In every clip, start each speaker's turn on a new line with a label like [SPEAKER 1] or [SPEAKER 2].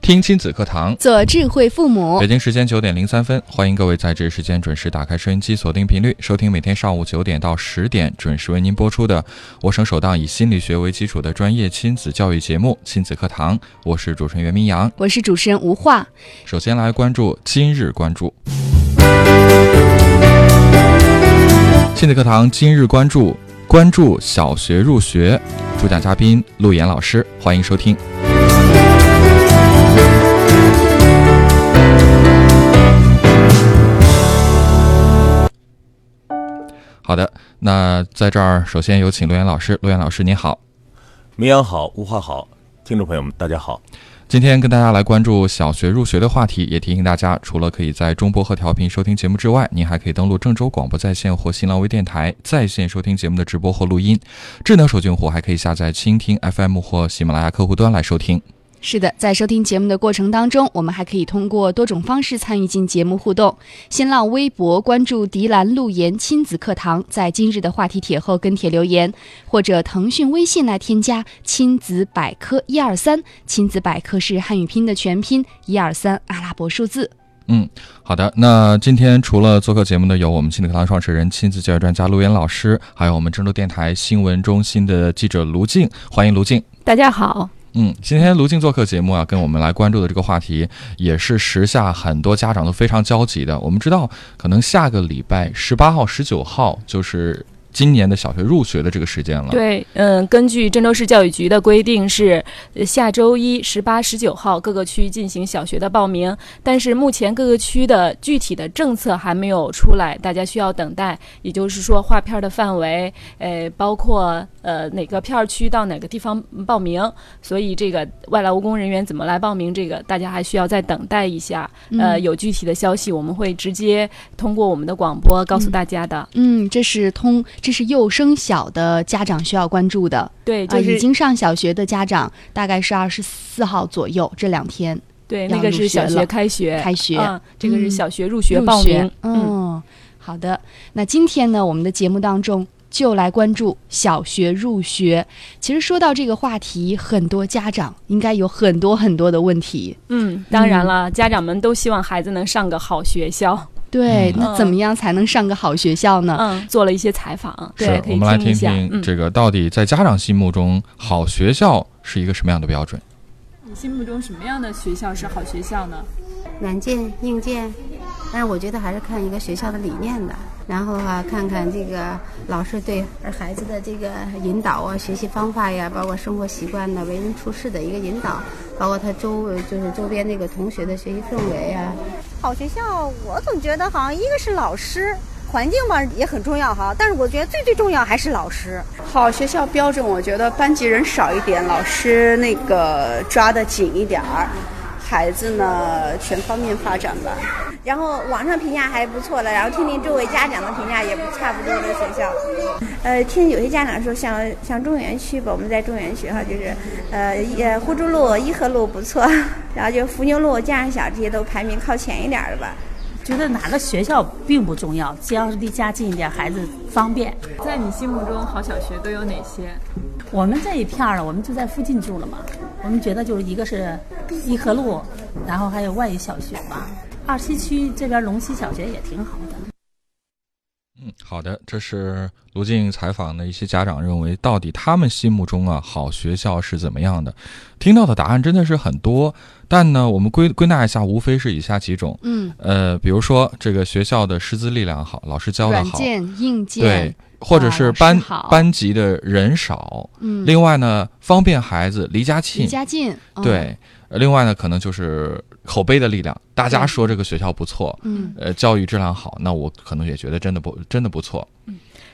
[SPEAKER 1] 听亲子课堂，
[SPEAKER 2] 做智慧父母
[SPEAKER 1] 北。京时间九点零三分，欢迎各位在这时间准时打开收音机，锁定频率，收听每天上午九点到十点准时为您播出的我省首档以心理学为基础的专业亲子教育节目《亲子课堂》，我是主持人袁明阳。
[SPEAKER 2] 我是主持人吴化。
[SPEAKER 1] 首先来关注今日关注。亲子课堂今日关注，关注小学入学，主讲嘉宾陆岩老师，欢迎收听。好的，那在这儿首先有请陆岩老师，陆岩老师您好，
[SPEAKER 3] 绵阳好，无话好，听众朋友们，大家好。
[SPEAKER 1] 今天跟大家来关注小学入学的话题，也提醒大家，除了可以在中波和调频收听节目之外，您还可以登录郑州广播在线或新浪微电台在线收听节目的直播或录音。智能手机用户还可以下载蜻蜓 FM 或喜马拉雅客户端来收听。
[SPEAKER 2] 是的，在收听节目的过程当中，我们还可以通过多种方式参与进节目互动。新浪微博关注“迪兰路言亲子课堂”，在今日的话题帖后跟帖留言，或者腾讯微信来添加“亲子百科一二三”，亲子百科是汉语拼的全拼，一二三阿拉伯数字。
[SPEAKER 1] 嗯，好的。那今天除了做客节目的有我们亲子课堂创始人、亲子教育专家陆岩老师，还有我们郑州电台新闻中心的记者卢静，欢迎卢静。
[SPEAKER 4] 大家好，
[SPEAKER 1] 嗯，今天卢静做客节目啊，跟我们来关注的这个话题，也是时下很多家长都非常焦急的。我们知道，可能下个礼拜十八号、十九号就是今年的小学入学的这个时
[SPEAKER 2] 啊
[SPEAKER 1] 间了。，
[SPEAKER 4] 对，嗯，根据郑州市教育局的规定是，呃下周一十八、十九号各个区进行小学的报名，但是目前各个区的具体的政策还没有出来，大家需要等待。也就是说，划片儿的范围，呃，包括呃哪个片儿区到哪个地方报名，所以这个外来务工人员怎么来报名，这个大家还需要再等待一下。呃，
[SPEAKER 2] 嗯
[SPEAKER 4] 有具体的消息，我们会直接通过我们的广播告诉大家的。
[SPEAKER 2] 嗯，这是通，这是幼升小的家长需要关注的。
[SPEAKER 4] 对，
[SPEAKER 2] 啊，
[SPEAKER 4] 就是
[SPEAKER 2] 已经上小学的家长，大概是二十四号左右这两天
[SPEAKER 4] 对，
[SPEAKER 2] 要
[SPEAKER 4] 那个
[SPEAKER 2] 入
[SPEAKER 4] 是
[SPEAKER 2] 学
[SPEAKER 4] 小
[SPEAKER 2] 了
[SPEAKER 4] 学开学，
[SPEAKER 2] 开学、
[SPEAKER 4] 啊，这个
[SPEAKER 2] 嗯
[SPEAKER 4] 是小学入学
[SPEAKER 2] 入
[SPEAKER 4] 报
[SPEAKER 2] 学
[SPEAKER 4] 名，嗯，
[SPEAKER 2] 嗯，好的。那今天呢，我们的节目当中就来关注小学入学。其实说到这个话题，很多家长应该有很多很多的问题。
[SPEAKER 4] 嗯，当然了，家长们都希望孩子能上个好学校，
[SPEAKER 2] 对，
[SPEAKER 1] 嗯
[SPEAKER 2] 那怎么样才能上个好学校呢？
[SPEAKER 4] 嗯，做了一些采访，
[SPEAKER 1] 是
[SPEAKER 4] 对，可
[SPEAKER 1] 我
[SPEAKER 4] 以
[SPEAKER 1] 们来
[SPEAKER 4] 一
[SPEAKER 1] 听
[SPEAKER 4] 下，
[SPEAKER 1] 听
[SPEAKER 4] 嗯，
[SPEAKER 1] 这个到底在家长心目中好学校是一个什么样的标准？
[SPEAKER 5] 你心目中什么样的学校是好学校呢？
[SPEAKER 6] 软件、硬件，但是我觉得还是看一个学校的理念的，然后啊，看看这个老师对孩子的这个引导啊、学习方法呀，包括生活习惯的、为人处事的一个引导，包括他周围就是周边那个同学的学习氛围啊，
[SPEAKER 7] 好学校，我总觉得好像一个是老师，环境吧也很重要哈，但是我觉得最最重要还是老师。
[SPEAKER 8] 好学校标准，我觉得班级人少一点，老师那个抓得紧一点儿，孩子呢全方面发展吧。
[SPEAKER 7] 然后网上评价还不错了，然后听听周围家长的评价也不差不多的学校。呃，听有些家长说像像中原区吧，我们在中原区哈，就是呃一呃湖州路、颐和路不错， 然后就伏牛路、江上小这些都排名靠前一点儿的吧。
[SPEAKER 9] 觉得哪个学校并不重要，只要是离家近一点，孩子方便。
[SPEAKER 5] 在你心目中，好小学都有哪些？
[SPEAKER 9] 我们这一片儿呢，我们就在附近住了嘛，我们觉得就是一个是颐和路，然后还有外语小学嘛，二西区这边龙溪小学也挺好的。
[SPEAKER 1] 嗯，好的，这是卢静采访的一些家长认为，到底他们心目中啊好学校是怎么样的？听到的答案真的是很多，但呢，我们归归纳一下，无非是以下几种。
[SPEAKER 2] 嗯，
[SPEAKER 1] 呃，比如说这个学校的师资力量好，老师教的
[SPEAKER 2] 软
[SPEAKER 1] 嗯好，
[SPEAKER 2] 件、硬
[SPEAKER 1] 对
[SPEAKER 2] 件，，
[SPEAKER 1] 或者
[SPEAKER 2] 啊
[SPEAKER 1] 是
[SPEAKER 2] 老师
[SPEAKER 1] 班
[SPEAKER 2] 好
[SPEAKER 1] 班级的人少，
[SPEAKER 2] 嗯，
[SPEAKER 1] 另外呢，方便孩子离家近
[SPEAKER 2] 离，家近，嗯，
[SPEAKER 1] 对，呃另外呢，可能就是口碑的力量，大家
[SPEAKER 2] 对
[SPEAKER 1] 说这个学校不错，
[SPEAKER 2] 嗯
[SPEAKER 1] 呃，教育质量好，那我可能也觉得真的不真的不错。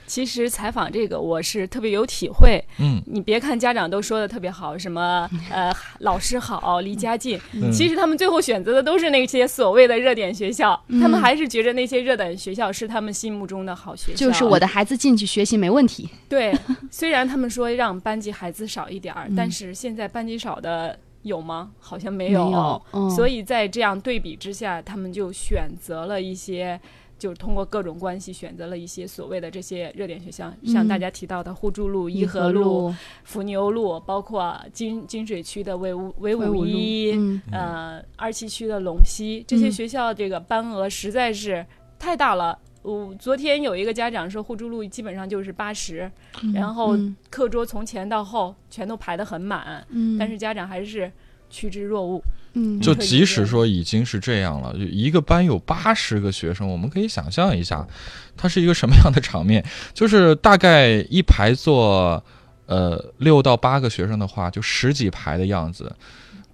[SPEAKER 4] 其实采访这个我是特别有体会。
[SPEAKER 1] 嗯，
[SPEAKER 4] 你别看家长都说的特别好，什么呃 老师好，离家近，
[SPEAKER 1] 嗯
[SPEAKER 4] 其实他们最后选择的都是那些所谓的热点学校，
[SPEAKER 2] 嗯
[SPEAKER 4] 他们还是觉着那些热点学校是他们心目中的好学校。
[SPEAKER 2] 就是我的孩子进去学习没问题。
[SPEAKER 4] 对，虽然他们说让班级孩子少一点儿，
[SPEAKER 2] 嗯
[SPEAKER 4] 但是现在班级少的有吗？好像没有。
[SPEAKER 2] 没有嗯
[SPEAKER 4] 所以在这样对比之下，他们就选择了一些，就是通过各种关系选择了一些所谓的这些热点学校，
[SPEAKER 2] 嗯
[SPEAKER 4] 像大家提到的互助路、
[SPEAKER 2] 颐
[SPEAKER 4] 颐
[SPEAKER 2] 和
[SPEAKER 4] 和
[SPEAKER 2] 路
[SPEAKER 4] 伏牛路，包括金金水区的维吾维
[SPEAKER 2] 维吾
[SPEAKER 4] 吾
[SPEAKER 2] 路
[SPEAKER 4] 伊，
[SPEAKER 2] 嗯
[SPEAKER 4] 呃，二七区的陇西，这
[SPEAKER 2] 嗯
[SPEAKER 4] 些学校这个班额实在是太大了。我昨天有一个家长说，互助路基本上就是八十、
[SPEAKER 2] 嗯
[SPEAKER 4] 然后
[SPEAKER 2] 嗯
[SPEAKER 4] 课桌从前到后全都排得很满，
[SPEAKER 2] 嗯
[SPEAKER 4] 但是家长还是趋之若鹜。
[SPEAKER 2] 嗯
[SPEAKER 1] 就即使说已经是这样了，就一个班有八十个学生，我们可以想象一下，它是一个什么样的场面？就是大概一排坐，呃，六到八个学生的话，就十几排的样子。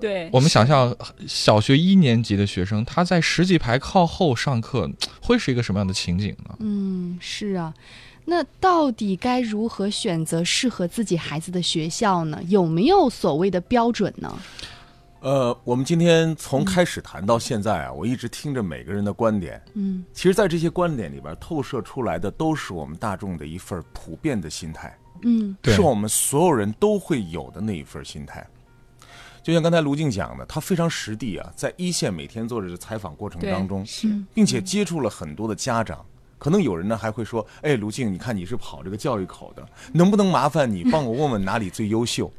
[SPEAKER 4] 对，
[SPEAKER 1] 我们想象小学一年级的学生，他在十几排靠后上课，会是一个什么样的情景呢？
[SPEAKER 2] 嗯，是啊。那到底该如何选择适合自己孩子的学校呢？有没有所谓的标准呢？
[SPEAKER 3] 呃，我们今天从开始谈到现在啊，我一直听着每个人的观点。
[SPEAKER 2] 嗯，
[SPEAKER 3] 其实，在这些观点里边透射出来的，都是我们大众的一份普遍的心态。
[SPEAKER 2] 嗯
[SPEAKER 3] 是我们所有人都会有的那一份心态。就像刚才卢静讲的，他非常实地啊，在一线每天做着采访过程当中，
[SPEAKER 4] 是
[SPEAKER 3] 并且接触了很多的家长。可能有人呢还会说：“哎，卢静，你看你是跑这个教育口的，能不能麻烦你帮我问问哪里最优
[SPEAKER 4] 嗯
[SPEAKER 3] 秀，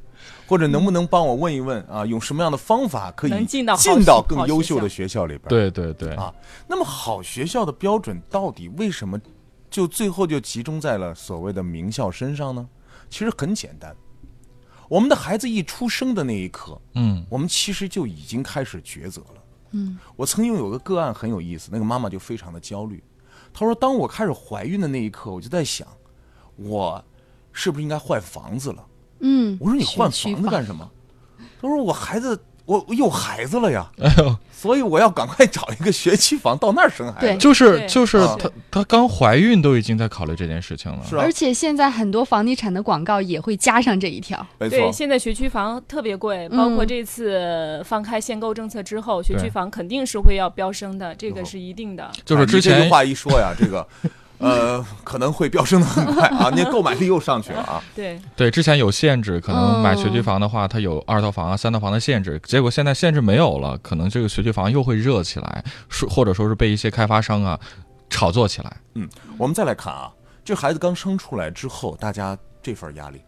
[SPEAKER 3] 或者能不能帮我问一问啊，用什么样的方法可以
[SPEAKER 4] 能进到好
[SPEAKER 3] 进到
[SPEAKER 4] 学
[SPEAKER 3] 更
[SPEAKER 4] 好
[SPEAKER 3] 优
[SPEAKER 4] 学
[SPEAKER 3] 秀的
[SPEAKER 4] 校
[SPEAKER 3] 学校里边？”
[SPEAKER 1] 对对对
[SPEAKER 3] 啊，那么好学校的标准到底为什么就最后就集中在了所谓的名校身上呢？其实很简单，我们的孩子一出生的那一刻，
[SPEAKER 1] 嗯，
[SPEAKER 3] 我们其实就已经开始抉择了。
[SPEAKER 2] 嗯
[SPEAKER 3] 我曾经有个个案很有意思，那个妈妈就非常的焦虑，她说：“当我开始怀孕的那一刻，我就在想，我是不是应该换房子了？”
[SPEAKER 2] 嗯，
[SPEAKER 3] 我说你换
[SPEAKER 2] 学区
[SPEAKER 3] 房子干什么？他说我孩子，我我有孩子了呀，
[SPEAKER 1] 哎呦，
[SPEAKER 3] 所以我要赶快找一个学区房，到那儿生孩子。
[SPEAKER 1] 就是就是
[SPEAKER 3] 啊
[SPEAKER 1] 她她刚怀孕都已经在考虑这件事情了，
[SPEAKER 2] 而且现在很多房地产的广告也会加上这一条。
[SPEAKER 4] 对，现在学区房特别贵，
[SPEAKER 2] 嗯
[SPEAKER 4] 包括这次放开限购政策之后，学
[SPEAKER 3] 对
[SPEAKER 4] 区房肯定是会要飙升的，这个是一定的。
[SPEAKER 3] 啊你这句话一说呀，这个，呃，可能会飙升的很快啊，那购买力又上去了啊。
[SPEAKER 4] 对，
[SPEAKER 1] 对，之前有限制，可能买学区
[SPEAKER 3] 嗯
[SPEAKER 1] 房的话，它有二套房啊、三套房的限制，结果现在限制没有了，可能这个学区房又会热起来，说或者说是被一些开发商啊炒作起来。
[SPEAKER 3] 嗯，我们再来看啊，这孩子刚生出来之后，大家这份压力，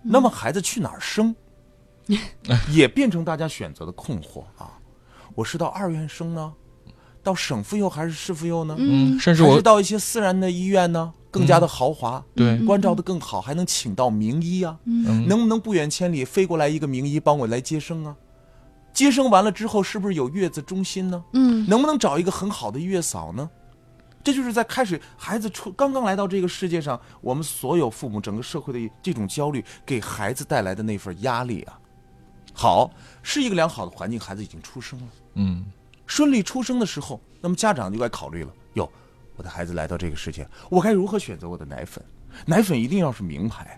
[SPEAKER 3] 那么孩子去哪儿 生，也变成大家选择的困惑啊。我是到二院生呢，到省妇幼还是市妇幼呢？
[SPEAKER 1] 嗯甚至我嗯
[SPEAKER 3] 还是到一些私人的医院呢，更加的豪华，
[SPEAKER 1] 对
[SPEAKER 3] 关照的更好，还能请到名医啊。
[SPEAKER 1] 嗯
[SPEAKER 3] 能不能不远千里飞过来一个名医帮我来接生啊？接生完了之后，是不是有月子中心呢？
[SPEAKER 2] 嗯
[SPEAKER 3] 能不能找一个很好的月嫂呢？这就是在开始孩子出刚刚来到这个世界上，我们所有父母整个社会的这种焦虑给孩子带来的那份压力啊。好，是一个良好的环境，孩子已经出生了，
[SPEAKER 1] 嗯，
[SPEAKER 3] 顺利出生的时候，那么家长就该考虑了：哟，我的孩子来到这个世界，我该如何选择我的奶粉？奶粉一定要是名牌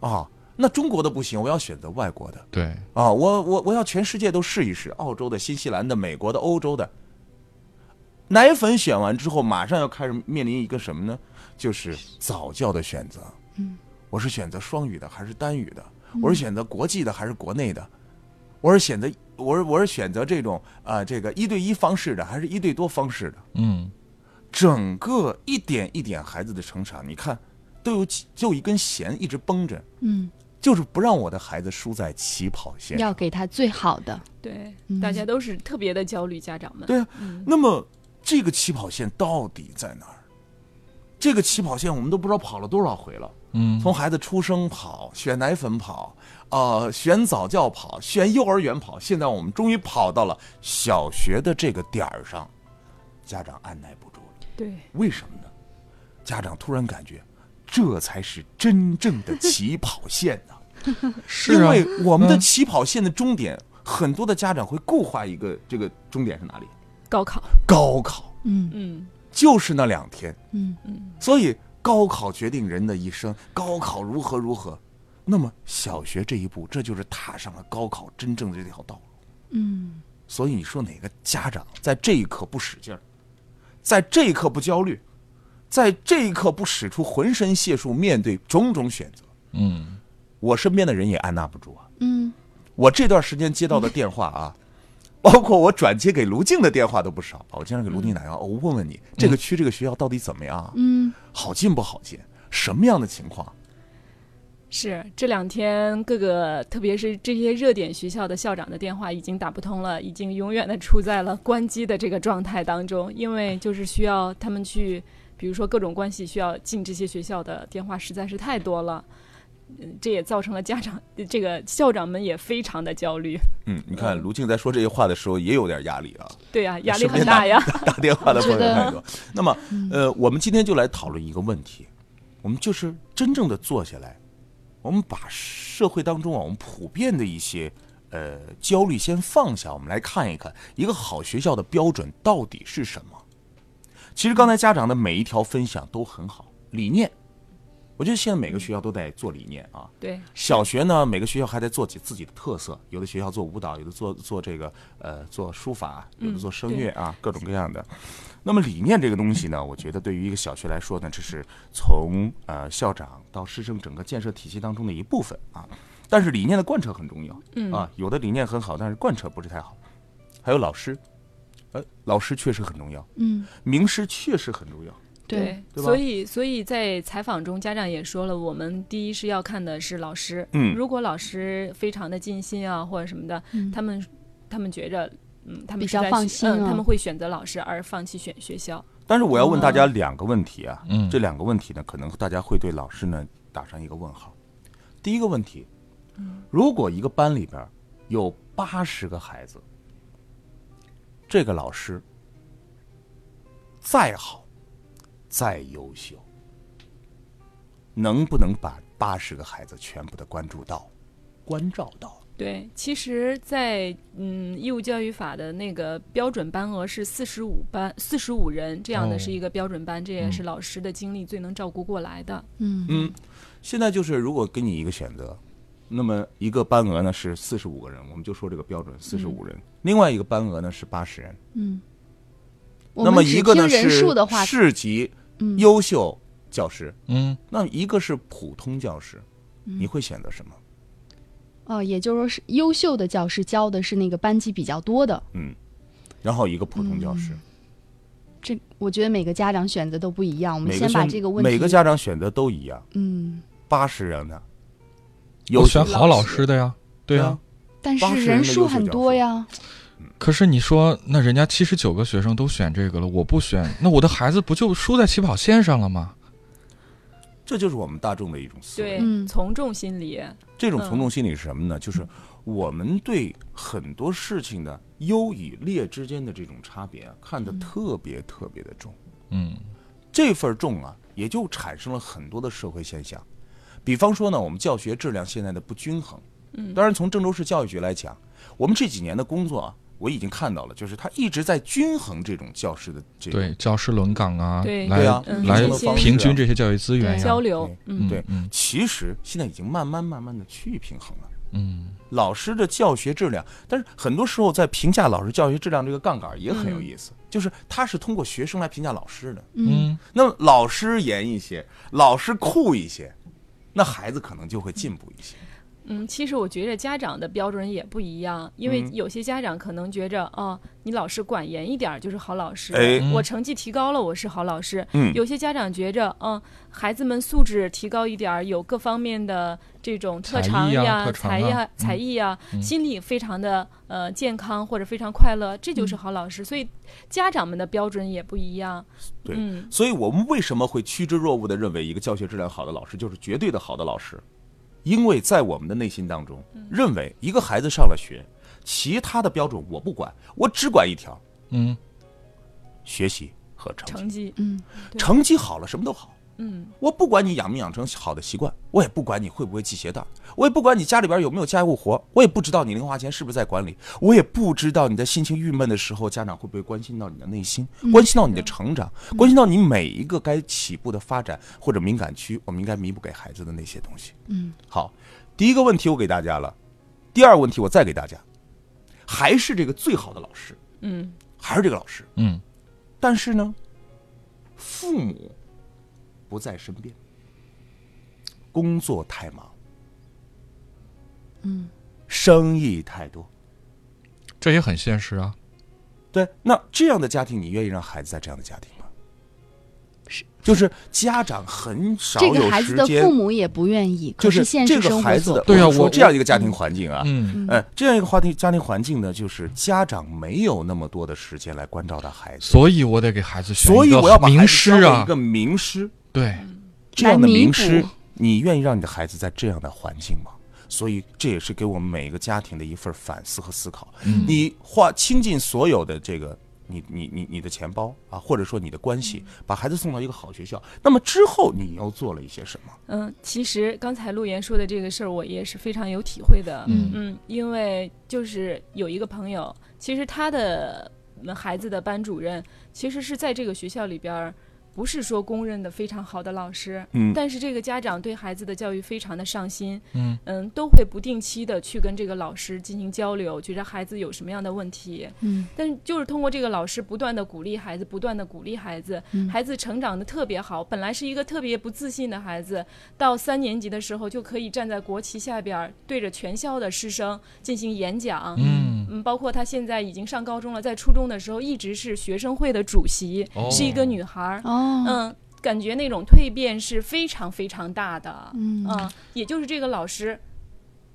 [SPEAKER 3] 啊！那中国的不行，我要选择外国的。
[SPEAKER 1] 对，
[SPEAKER 3] 啊，我我我要全世界都试一试，澳洲的、新西兰的、美国的、欧洲的。奶粉选完之后，马上要开始面临一个什么呢？就是早教的选择。
[SPEAKER 10] 嗯，
[SPEAKER 3] 我是选择双语的还是单语的
[SPEAKER 10] 嗯？
[SPEAKER 3] 我是选择国际的还是国内的？我是选择我是我是选择这种啊、这个一对一方式的还是一对多方式的？
[SPEAKER 1] 嗯，
[SPEAKER 3] 整个一点一点孩子的成长，你看都有几就有一根弦一直绷着，
[SPEAKER 2] 嗯，
[SPEAKER 3] 就是不让我的孩子输在起跑线上。
[SPEAKER 2] 要给他最好的。
[SPEAKER 4] 对，
[SPEAKER 2] 嗯
[SPEAKER 4] 大家都是特别的焦虑，家长们。
[SPEAKER 3] 对啊，那么这个起跑线到底在哪儿？这个起跑线我们都不知道跑了多少回了。
[SPEAKER 1] 嗯，
[SPEAKER 3] 从孩子出生跑，选奶粉跑，呃，选早教跑，选幼儿园跑，现在我们终于跑到了小学的这个点儿上，家长按耐不住了。
[SPEAKER 4] 对，
[SPEAKER 3] 为什么呢？家长突然感觉，这才是真正的起跑线呐、
[SPEAKER 1] 是
[SPEAKER 3] 因
[SPEAKER 1] 啊
[SPEAKER 3] 为我们的
[SPEAKER 1] 嗯
[SPEAKER 3] 起跑线的终点，很多的家长会固化一个这个终点是哪里？
[SPEAKER 4] 高考，
[SPEAKER 3] 高考。
[SPEAKER 2] 嗯
[SPEAKER 4] 嗯
[SPEAKER 3] 就是那两天，
[SPEAKER 2] 嗯
[SPEAKER 3] 所以高考决定人的一生，高考如何如何。那么小学这一步，这就是踏上了高考真正的这条道路。
[SPEAKER 2] 嗯，
[SPEAKER 3] 所以你说哪个家长在这一刻不使劲儿，在这一刻不焦虑，在这一刻不使出浑身解数面对种种选择？
[SPEAKER 1] 嗯，
[SPEAKER 3] 我身边的人也按捺不住啊。
[SPEAKER 2] 嗯，
[SPEAKER 3] 我这段时间接到的电话啊，包括我转接给卢静的电话都不少啊。我经常给卢静打电话，我问问你这个区这个学校到底怎么样啊？
[SPEAKER 2] 嗯，
[SPEAKER 3] 好进不好进？什么样的情况？
[SPEAKER 4] 是这两天各个，特别是这些热点学校的校长的电话已经打不通了，已经永远的处在了关机的这个状态当中，因为就是需要他们去，比如说各种关系需要进这些学校的电话实在是太多了，嗯，这也造成了家长这个校长们也非常的焦虑。
[SPEAKER 3] 嗯，你看卢静在说这些话的时候也有点压力啊。
[SPEAKER 4] 对呀、压力很 大呀。
[SPEAKER 3] 身边打打电话的朋友太多。那么，呃，我们今天就来讨论一个问题，我们就是真正的坐下来，我们把社会当中啊，我们普遍的一些呃焦虑先放下，我们来看一看一个好学校的标准到底是什么。其实刚才家长的每一条分享都很好，理念，我觉得现在每个学校都在做理念啊。
[SPEAKER 4] 对，
[SPEAKER 3] 小学呢，每个学校还在做起自己的特色，有的学校做舞蹈，有的做做这个呃做书法，
[SPEAKER 4] 嗯
[SPEAKER 3] 有的做声乐啊，各种各样的。那么理念这个东西呢，我觉得对于一个小学来说呢，这是从呃校长到师生整个建设体系当中的一部分啊。但是理念的贯彻很重要，
[SPEAKER 4] 嗯
[SPEAKER 3] 啊，有的理念很好，但是贯彻不是太好。还有老师，呃，老师确实很重要，
[SPEAKER 2] 嗯，
[SPEAKER 3] 名师确实很重要，
[SPEAKER 4] 对，
[SPEAKER 3] 对吧
[SPEAKER 4] 所以所以在采访中，家长也说了，我们第一是要看的是老师，
[SPEAKER 3] 嗯
[SPEAKER 4] 如果老师非常的尽心啊，或者什么的，
[SPEAKER 2] 嗯
[SPEAKER 4] 他们他们觉着，嗯，他们
[SPEAKER 2] 比
[SPEAKER 4] 是
[SPEAKER 2] 较
[SPEAKER 4] 在
[SPEAKER 2] 放
[SPEAKER 4] 选
[SPEAKER 2] 心
[SPEAKER 4] 嗯，
[SPEAKER 2] 啊
[SPEAKER 4] 他们会选择老师而放弃选学校，
[SPEAKER 3] 但是我要问大家两个问题啊，
[SPEAKER 1] 嗯
[SPEAKER 3] 这两个问题呢，可能大家会对老师呢打上一个问号。第一个问题，如果一个班里边有八十个孩子，这个老师再好、再优秀，能不能把八十个孩子全部的关注到、关照到？
[SPEAKER 4] 对，其实在，嗯义务教育法的那个标准班额是四十五班四十五人这样
[SPEAKER 1] 哦
[SPEAKER 4] 的是一个标准班，这也
[SPEAKER 1] 嗯
[SPEAKER 4] 是老师的精力最能照顾过来的。
[SPEAKER 2] 嗯
[SPEAKER 3] 嗯，现在就是如果给你一个选择，那么一个班额呢是四十五个人，我们就说这个标准四十五人；另外一个班额呢是八十人。
[SPEAKER 2] 嗯，我
[SPEAKER 3] 那么
[SPEAKER 2] 们只
[SPEAKER 3] 一个
[SPEAKER 2] 听
[SPEAKER 3] 呢
[SPEAKER 2] 人
[SPEAKER 3] 是
[SPEAKER 2] 数的话，
[SPEAKER 3] 市级
[SPEAKER 2] 嗯
[SPEAKER 3] 优秀教师，
[SPEAKER 1] 嗯，
[SPEAKER 3] 那一个是普通教师，
[SPEAKER 2] 嗯
[SPEAKER 3] 你会选择什么？
[SPEAKER 2] 哦，也就是说是优秀的教师教的是那个班级比较多的，
[SPEAKER 3] 嗯，然后一个普通教师，
[SPEAKER 2] 这我觉得每个家长选择都不一嗯样。我们
[SPEAKER 3] 每个
[SPEAKER 2] 先把
[SPEAKER 3] 选
[SPEAKER 2] 这个问题，
[SPEAKER 3] 每个家长选择都一样，
[SPEAKER 2] 嗯，
[SPEAKER 3] 八十人呢，
[SPEAKER 1] 我
[SPEAKER 3] 有
[SPEAKER 1] 选好老师的呀，对呀、
[SPEAKER 3] 啊，
[SPEAKER 2] 但
[SPEAKER 3] 80
[SPEAKER 2] 是
[SPEAKER 3] 人的
[SPEAKER 2] 数
[SPEAKER 3] 优秀
[SPEAKER 2] 很
[SPEAKER 3] 教
[SPEAKER 2] 多
[SPEAKER 3] 师
[SPEAKER 2] 呀，
[SPEAKER 1] 可是你说，那人家七十九个学生都选这个了，我不选，那我的孩子不就输在起跑线上了吗？
[SPEAKER 3] 这就是我们大众的一种思维。
[SPEAKER 4] 对，
[SPEAKER 2] 嗯
[SPEAKER 4] 从众心理，
[SPEAKER 3] 这种从众心理是什么呢？就是我们对很多事情的优与劣之间的这种差别啊，看得
[SPEAKER 2] 嗯
[SPEAKER 3] 特别特别的重。
[SPEAKER 1] 嗯
[SPEAKER 3] 这份重啊，也就产生了很多的社会现象。比方说呢，我们教学质量现在的不均衡。嗯，当然从郑州市教育局来讲，我们这几年的工作啊，我已经看到了，就是它一直在均衡这种教师的这种
[SPEAKER 1] 对，教师轮岗啊，
[SPEAKER 4] 对
[SPEAKER 1] 来、
[SPEAKER 3] 对啊
[SPEAKER 4] 嗯
[SPEAKER 1] 来
[SPEAKER 4] 这些
[SPEAKER 1] 平均这些教育资源呀、
[SPEAKER 4] 交流，嗯，
[SPEAKER 3] 对
[SPEAKER 1] 啊嗯，
[SPEAKER 3] 其实现在已经慢慢慢慢的趋于平衡了。
[SPEAKER 1] 嗯，
[SPEAKER 3] 老师的教学质量，但是很多时候在评价老师教学质量这个杠杆也很有意思，就是他是通过学生来评价老师的。
[SPEAKER 1] 嗯，
[SPEAKER 3] 那么老师严一些，老师酷一些，那孩子可能就会进步一些。
[SPEAKER 4] 嗯，其实我觉着家长的标准也不一样，因为
[SPEAKER 3] 嗯
[SPEAKER 4] 有些家长可能觉着，哦，你老师管严一点儿就是好老师，
[SPEAKER 3] 哎
[SPEAKER 4] 我成绩提高了我是好老师。
[SPEAKER 3] 嗯
[SPEAKER 4] 有些家长觉着，嗯，孩子们素质提高一点儿，有各方面的这种特
[SPEAKER 1] 才
[SPEAKER 4] 长
[SPEAKER 1] 艺啊
[SPEAKER 4] 呀、
[SPEAKER 1] 特长
[SPEAKER 4] 才艺
[SPEAKER 1] 啊
[SPEAKER 4] 啊、才
[SPEAKER 1] 嗯
[SPEAKER 4] 艺啊，心理非常的呃健康或者非常快乐，这
[SPEAKER 1] 嗯
[SPEAKER 4] 就是好老师。所以家长们的标准也不一样。
[SPEAKER 3] 对，
[SPEAKER 4] 嗯
[SPEAKER 3] 所以我们为什么会趋之若鹜的认为一个教学质量好的老师就是绝对的好的老师？因为在我们的内心当中，认为一个孩子上了学，其他的标准我不管，我只管一条，
[SPEAKER 1] 嗯，
[SPEAKER 3] 学习和成绩。
[SPEAKER 4] 成绩，
[SPEAKER 2] 嗯
[SPEAKER 3] 成绩好了，什么都好。
[SPEAKER 4] 嗯，
[SPEAKER 3] 我不管你养没养成好的习惯，我也不管你会不会系鞋带儿，我也不管你家里边有没有家务活，我也不知道你零花钱是不是在管理，我也不知道你在心情郁闷的时候，家长会不会关心到你的内心，
[SPEAKER 11] 嗯
[SPEAKER 3] 关心到你的成长，关心到你每一个该起步的发展或者敏感区，我们应该弥补给孩子的那些东西。
[SPEAKER 11] 嗯
[SPEAKER 3] 好，第一个问题我给大家了，第二个问题我再给大家，还是这个最好的老师，
[SPEAKER 4] 嗯
[SPEAKER 3] 还是这个老师，
[SPEAKER 1] 嗯，
[SPEAKER 3] 但是呢，父母不在身边，工作太忙，
[SPEAKER 2] 嗯，
[SPEAKER 3] 生意太多，
[SPEAKER 1] 这也很现实啊。
[SPEAKER 3] 对，那这样的家庭，你愿意让孩子在这样的家庭吗？是，就是家长很少
[SPEAKER 2] 这
[SPEAKER 3] 有
[SPEAKER 2] 个孩子的
[SPEAKER 3] 时间
[SPEAKER 2] 父母也不愿意，
[SPEAKER 3] 就
[SPEAKER 2] 可是现
[SPEAKER 3] 这
[SPEAKER 2] 实
[SPEAKER 3] 个
[SPEAKER 2] 生
[SPEAKER 3] 孩
[SPEAKER 2] 活
[SPEAKER 3] 子
[SPEAKER 2] 所
[SPEAKER 3] 的，
[SPEAKER 2] 迫。
[SPEAKER 3] 我说这样一个家庭环境啊，
[SPEAKER 1] 啊嗯
[SPEAKER 3] 呃，这样一个话题家庭环境呢，就是家长没有那么多的时间来关照到孩子，
[SPEAKER 1] 所以我得给孩子选
[SPEAKER 3] 所
[SPEAKER 1] 一
[SPEAKER 3] 以
[SPEAKER 1] 个
[SPEAKER 3] 我要把
[SPEAKER 1] 名
[SPEAKER 3] 孩子
[SPEAKER 1] 师
[SPEAKER 3] 交给
[SPEAKER 1] 啊
[SPEAKER 3] 一，个名师，
[SPEAKER 1] 对，
[SPEAKER 3] 这样的
[SPEAKER 1] 来弥
[SPEAKER 3] 名
[SPEAKER 1] 补
[SPEAKER 3] 师，你愿意让你的孩子在这样的环境吗？所以这也是给我们每一个家庭的一份反思和思考。
[SPEAKER 11] 嗯
[SPEAKER 3] 你花倾尽所有的这个。你你你你的钱包啊，或者说你的关系，
[SPEAKER 1] 嗯
[SPEAKER 3] 把孩子送到一个好学校，那么之后你又做了一些什么？
[SPEAKER 4] 嗯，其实刚才陆岩说的这个事儿，我也是非常有体会的。
[SPEAKER 3] 嗯
[SPEAKER 4] 因为就是有一个朋友，其实他的嗯孩子的班主任其实是在这个学校里边儿，不是说公认的非常好的老师，
[SPEAKER 11] 嗯
[SPEAKER 4] 但是这个家长对孩子的教育非常的上心，
[SPEAKER 11] 嗯
[SPEAKER 4] 都会不定期的去跟这个老师进行交流，觉得孩子有什么样的问题，
[SPEAKER 11] 嗯
[SPEAKER 4] 但是就是通过这个老师不断的鼓励孩子，不断的鼓励孩子，
[SPEAKER 11] 嗯
[SPEAKER 4] 孩子成长的特别好。本来是一个特别不自信的孩子，到三年级的时候就可以站在国旗下边儿，对着全校的师生进行演讲。
[SPEAKER 11] 嗯
[SPEAKER 4] 包括他现在已经上高中了，在初中的时候一直是学生会的主席，
[SPEAKER 11] 哦
[SPEAKER 4] 是一个女孩儿。
[SPEAKER 2] 哦
[SPEAKER 4] 嗯。感觉那种蜕变是非常非常大的，
[SPEAKER 2] 嗯
[SPEAKER 4] 也就是这个老师，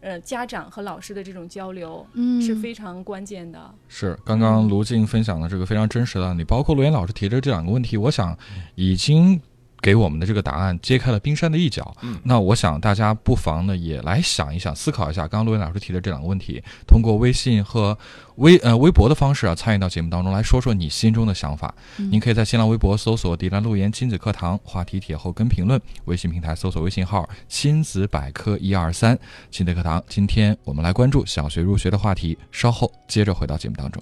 [SPEAKER 4] 呃，家长和老师的这种交流，
[SPEAKER 2] 嗯
[SPEAKER 4] 是非常关键的。
[SPEAKER 1] 是刚刚卢静分享的这个非常真实的案例，包括罗岩老师提的这两个问题，我想已经给我们的这个答案揭开了冰山的一角。
[SPEAKER 3] 嗯
[SPEAKER 1] 那我想大家不妨呢也来想一想，思考一下刚刚罗岩老师提的这两个问题，通过微信和微呃微博的方式啊参与到节目当中来说说你心中的想法。
[SPEAKER 11] 嗯
[SPEAKER 1] 您可以在新浪微博搜索“迪兰路言亲子课堂”话题帖后跟评论，微信平台搜索微信号“亲子百科一二三亲子课堂”。今天我们来关注小学入学的话题，稍后接着回到节目当中。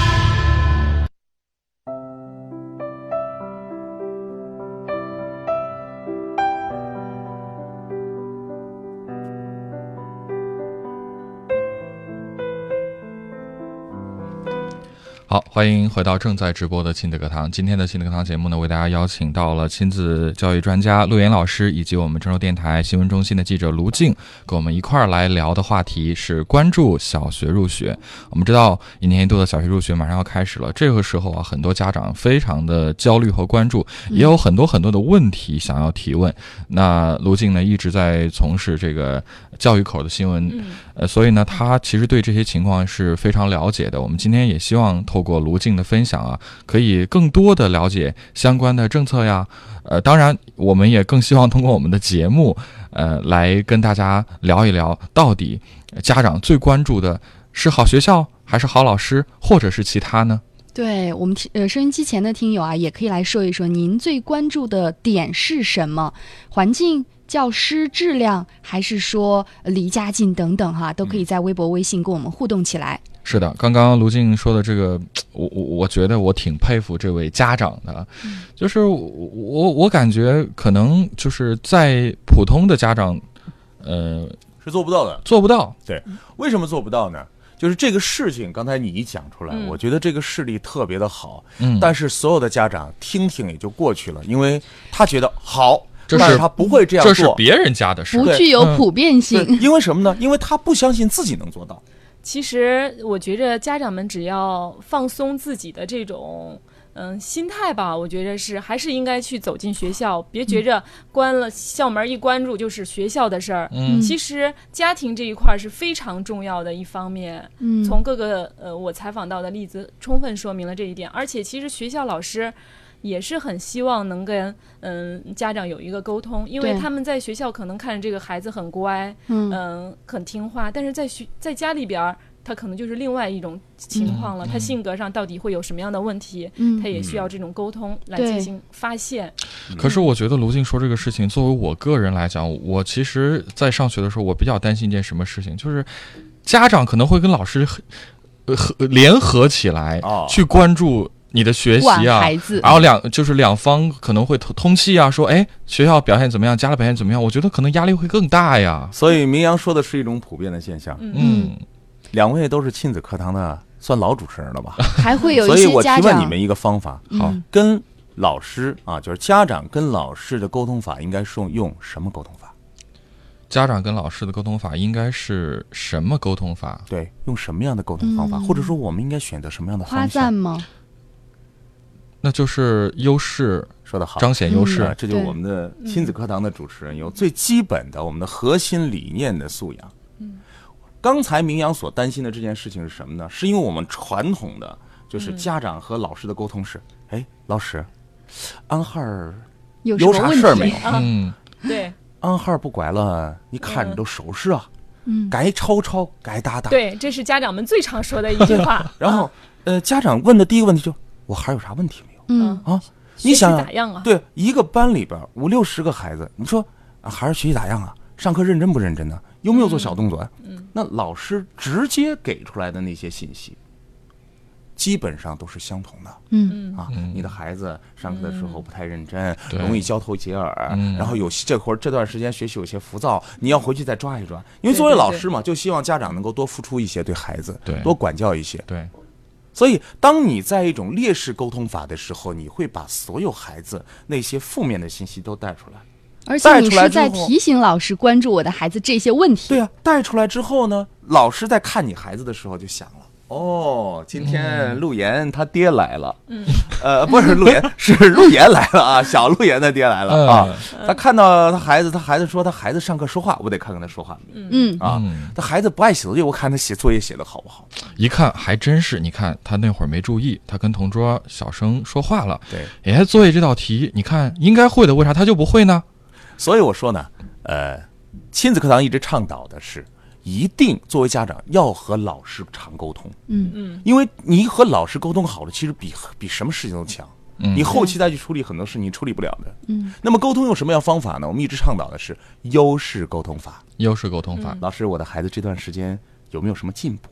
[SPEAKER 1] 好，欢迎回到正在直播的亲子课堂。今天的亲子课堂节目呢，为大家邀请到了亲子教育专家陆岩老师，以及我们郑州电台新闻中心的记者卢静，跟我们一块儿来聊的话题是关注小学入学。我们知道一年一度的小学入学马上要开始了，这个时候啊，很多家长非常的焦虑和关注，
[SPEAKER 11] 嗯
[SPEAKER 1] 也有很多很多的问题想要提问。那卢静呢，一直在从事这个教育口的新闻。
[SPEAKER 11] 嗯
[SPEAKER 1] 呃，所以呢，他其实对这些情况是非常了解的。我们今天也希望透过卢静的分享啊，可以更多的了解相关的政策呀。呃，当然，我们也更希望通过我们的节目，呃，来跟大家聊一聊，到底家长最关注的是好学校，还是好老师，或者是其他呢？
[SPEAKER 2] 对我们听呃收音机前的听友啊，也可以来说一说您最关注的点是什么？环境、教师质量，还是说呃离家近等等哈、都可
[SPEAKER 3] 嗯
[SPEAKER 2] 以在微博、微信跟我们互动起来。
[SPEAKER 1] 是的，刚刚卢静说的这个，我我我觉得我挺佩服这位家长的，
[SPEAKER 2] 嗯
[SPEAKER 1] 就是我我我感觉可能就是在普通的家长，呃，
[SPEAKER 3] 是做不到的，
[SPEAKER 1] 做不到。
[SPEAKER 3] 对，为什么做不到呢？就是这个事情，刚才你一讲出来，
[SPEAKER 11] 嗯
[SPEAKER 3] 我觉得这个事例特别的好，
[SPEAKER 11] 嗯
[SPEAKER 3] 但是所有的家长听听也就过去了，因为他觉得好，
[SPEAKER 1] 这
[SPEAKER 3] 但
[SPEAKER 1] 是
[SPEAKER 3] 是他不会这样
[SPEAKER 1] 这
[SPEAKER 3] 做，
[SPEAKER 1] 是别人家的事
[SPEAKER 2] 不
[SPEAKER 3] 对
[SPEAKER 2] 具有
[SPEAKER 3] 嗯
[SPEAKER 2] 普遍性
[SPEAKER 3] 对因为什么呢？因为他不相信自己能做到。
[SPEAKER 4] 其实我觉着家长们只要放松自己的这种。嗯，心态吧，我觉着是还是应该去走进学校，别觉着关了校门一关住就是学校的事儿。
[SPEAKER 11] 嗯
[SPEAKER 4] 其实家庭这一块儿是非常重要的一方面。
[SPEAKER 11] 嗯
[SPEAKER 4] 从各个呃我采访到的例子充分说明了这一点，而且其实学校老师也是很希望能跟嗯家长有一个沟通，因为
[SPEAKER 2] 对
[SPEAKER 4] 他们在学校可能看着这个孩子很乖，
[SPEAKER 2] 嗯
[SPEAKER 4] 很听话，但是在学在家里边儿。他可能就是另外一种情况了，他性格上到底会有什么样的问题，
[SPEAKER 2] 嗯
[SPEAKER 4] 他也需要这种沟通来
[SPEAKER 2] 对
[SPEAKER 4] 进行发现。
[SPEAKER 2] 嗯
[SPEAKER 1] 可是我觉得卢静说这个事情，作为我个人来讲，我其实在上学的时候，我比较担心一件什么事情，就是家长可能会跟老师合呃合联合起来、
[SPEAKER 3] 哦
[SPEAKER 1] 去关注。你的学习
[SPEAKER 2] 管
[SPEAKER 1] 啊，
[SPEAKER 2] 孩子
[SPEAKER 1] 然后两就是两方可能会通通气啊，说哎学校表现怎么样，家里表现怎么样，我觉得可能压力会更大呀。
[SPEAKER 3] 所以明阳说的是一种普遍的现象。
[SPEAKER 1] 嗯，
[SPEAKER 3] 两位都是亲子课堂的算老主持人了吧？
[SPEAKER 2] 还会有一
[SPEAKER 3] 所
[SPEAKER 2] 些
[SPEAKER 3] 以我
[SPEAKER 2] 家
[SPEAKER 3] 提问
[SPEAKER 2] 长
[SPEAKER 3] 你们一个方法，
[SPEAKER 2] 好嗯
[SPEAKER 3] 跟老师啊，就是家长跟老师的沟通法应该是用用什么沟通法？
[SPEAKER 1] 家长跟老师的沟通法应该是什么沟通法？
[SPEAKER 3] 对，用什么样的沟通方法？
[SPEAKER 2] 嗯
[SPEAKER 3] 或者说我们应该选择什么样的
[SPEAKER 2] 夸
[SPEAKER 3] 方向？
[SPEAKER 2] 赞吗？
[SPEAKER 1] 那就是优势，
[SPEAKER 3] 说的好，
[SPEAKER 1] 彰显优势
[SPEAKER 3] 啊这就是
[SPEAKER 2] 嗯对
[SPEAKER 3] 我们的亲子课堂的主持人有最基本的我们的核心理念的素养。
[SPEAKER 2] 嗯
[SPEAKER 3] 刚才明阳所担心的这件事情是什么呢？是因为我们传统的
[SPEAKER 2] 嗯
[SPEAKER 3] 就是家长和老师的沟通是，哎，老师，安孩儿
[SPEAKER 2] 有什
[SPEAKER 3] 有
[SPEAKER 2] 么
[SPEAKER 3] 啥
[SPEAKER 2] 问
[SPEAKER 3] 事儿
[SPEAKER 2] 题
[SPEAKER 3] 没有？
[SPEAKER 1] 嗯，
[SPEAKER 4] 对
[SPEAKER 3] 安孩儿不拐了，你看着都收拾啊，
[SPEAKER 2] 嗯
[SPEAKER 3] 该吵吵，该打打。
[SPEAKER 4] 对，这是家长们最常说的一句话。
[SPEAKER 3] 然
[SPEAKER 2] 啊
[SPEAKER 3] 后，呃，家长问的第一个问题就是，我孩儿有啥问题没有
[SPEAKER 2] 嗯
[SPEAKER 3] 啊？ 你想想
[SPEAKER 4] 咋样啊？
[SPEAKER 3] 对，一个班里边儿五六十个孩子，你说啊，孩儿学习咋样啊？上课认真不认真呢、有没有做小动作啊？嗯，那老师直接给出来的那些信息，基本上都是相同的。
[SPEAKER 2] 嗯
[SPEAKER 3] 啊，你的孩子上课的时候不太认真，
[SPEAKER 1] 对
[SPEAKER 3] 容易交头接耳，
[SPEAKER 1] 嗯
[SPEAKER 3] 然后有这会儿这段时间学习有些浮躁，你要回去再抓一抓。因为
[SPEAKER 4] 对
[SPEAKER 3] 作为
[SPEAKER 4] 对
[SPEAKER 3] 老
[SPEAKER 4] 对
[SPEAKER 3] 师嘛，就希望家长能够多付出一些对孩子，
[SPEAKER 1] 对
[SPEAKER 3] 多管教一些。
[SPEAKER 1] 对，
[SPEAKER 3] 所以，当你在一种劣势沟通法的时候，你会把所有孩子那些负面的信息都带出来。
[SPEAKER 2] 而且
[SPEAKER 3] 带
[SPEAKER 2] 你
[SPEAKER 3] 出来
[SPEAKER 2] 是
[SPEAKER 3] 之
[SPEAKER 2] 在
[SPEAKER 3] 后
[SPEAKER 2] 提醒老师关注我的孩子这些问题。
[SPEAKER 3] 对啊，带出来之后呢，老师在看你孩子的时候就想了。哦，今天陆岩他爹来了，嗯，呃，不是陆岩，是陆岩来了啊，小陆岩他爹来了啊。他看到他孩子，他孩子说他孩子上课说话，我得看看他说话没有
[SPEAKER 2] 嗯，
[SPEAKER 3] 啊。他孩子不爱写作业，我看他写作业写的好不好。
[SPEAKER 1] 一看还真是，你看他那会儿没注意，他跟同桌小声说话了。
[SPEAKER 3] 对，
[SPEAKER 1] 哎，作业这道题，你看应该会的，为啥他就不会呢？
[SPEAKER 3] 所以我说呢，呃，亲子课堂一直倡导的是，一定作为家长要和老师常沟通。
[SPEAKER 2] 嗯
[SPEAKER 3] 嗯，因为你和老师沟通好的，其实比比什么事情都强。
[SPEAKER 1] 嗯
[SPEAKER 3] 你后期再去处理很多事，你处理不了的。
[SPEAKER 2] 嗯，
[SPEAKER 3] 那么沟通用什么样方法呢？我们一直倡导的是优势沟通法。
[SPEAKER 1] 优势沟通法，
[SPEAKER 2] 嗯
[SPEAKER 3] 老师，我的孩子这段时间有没有什么进步？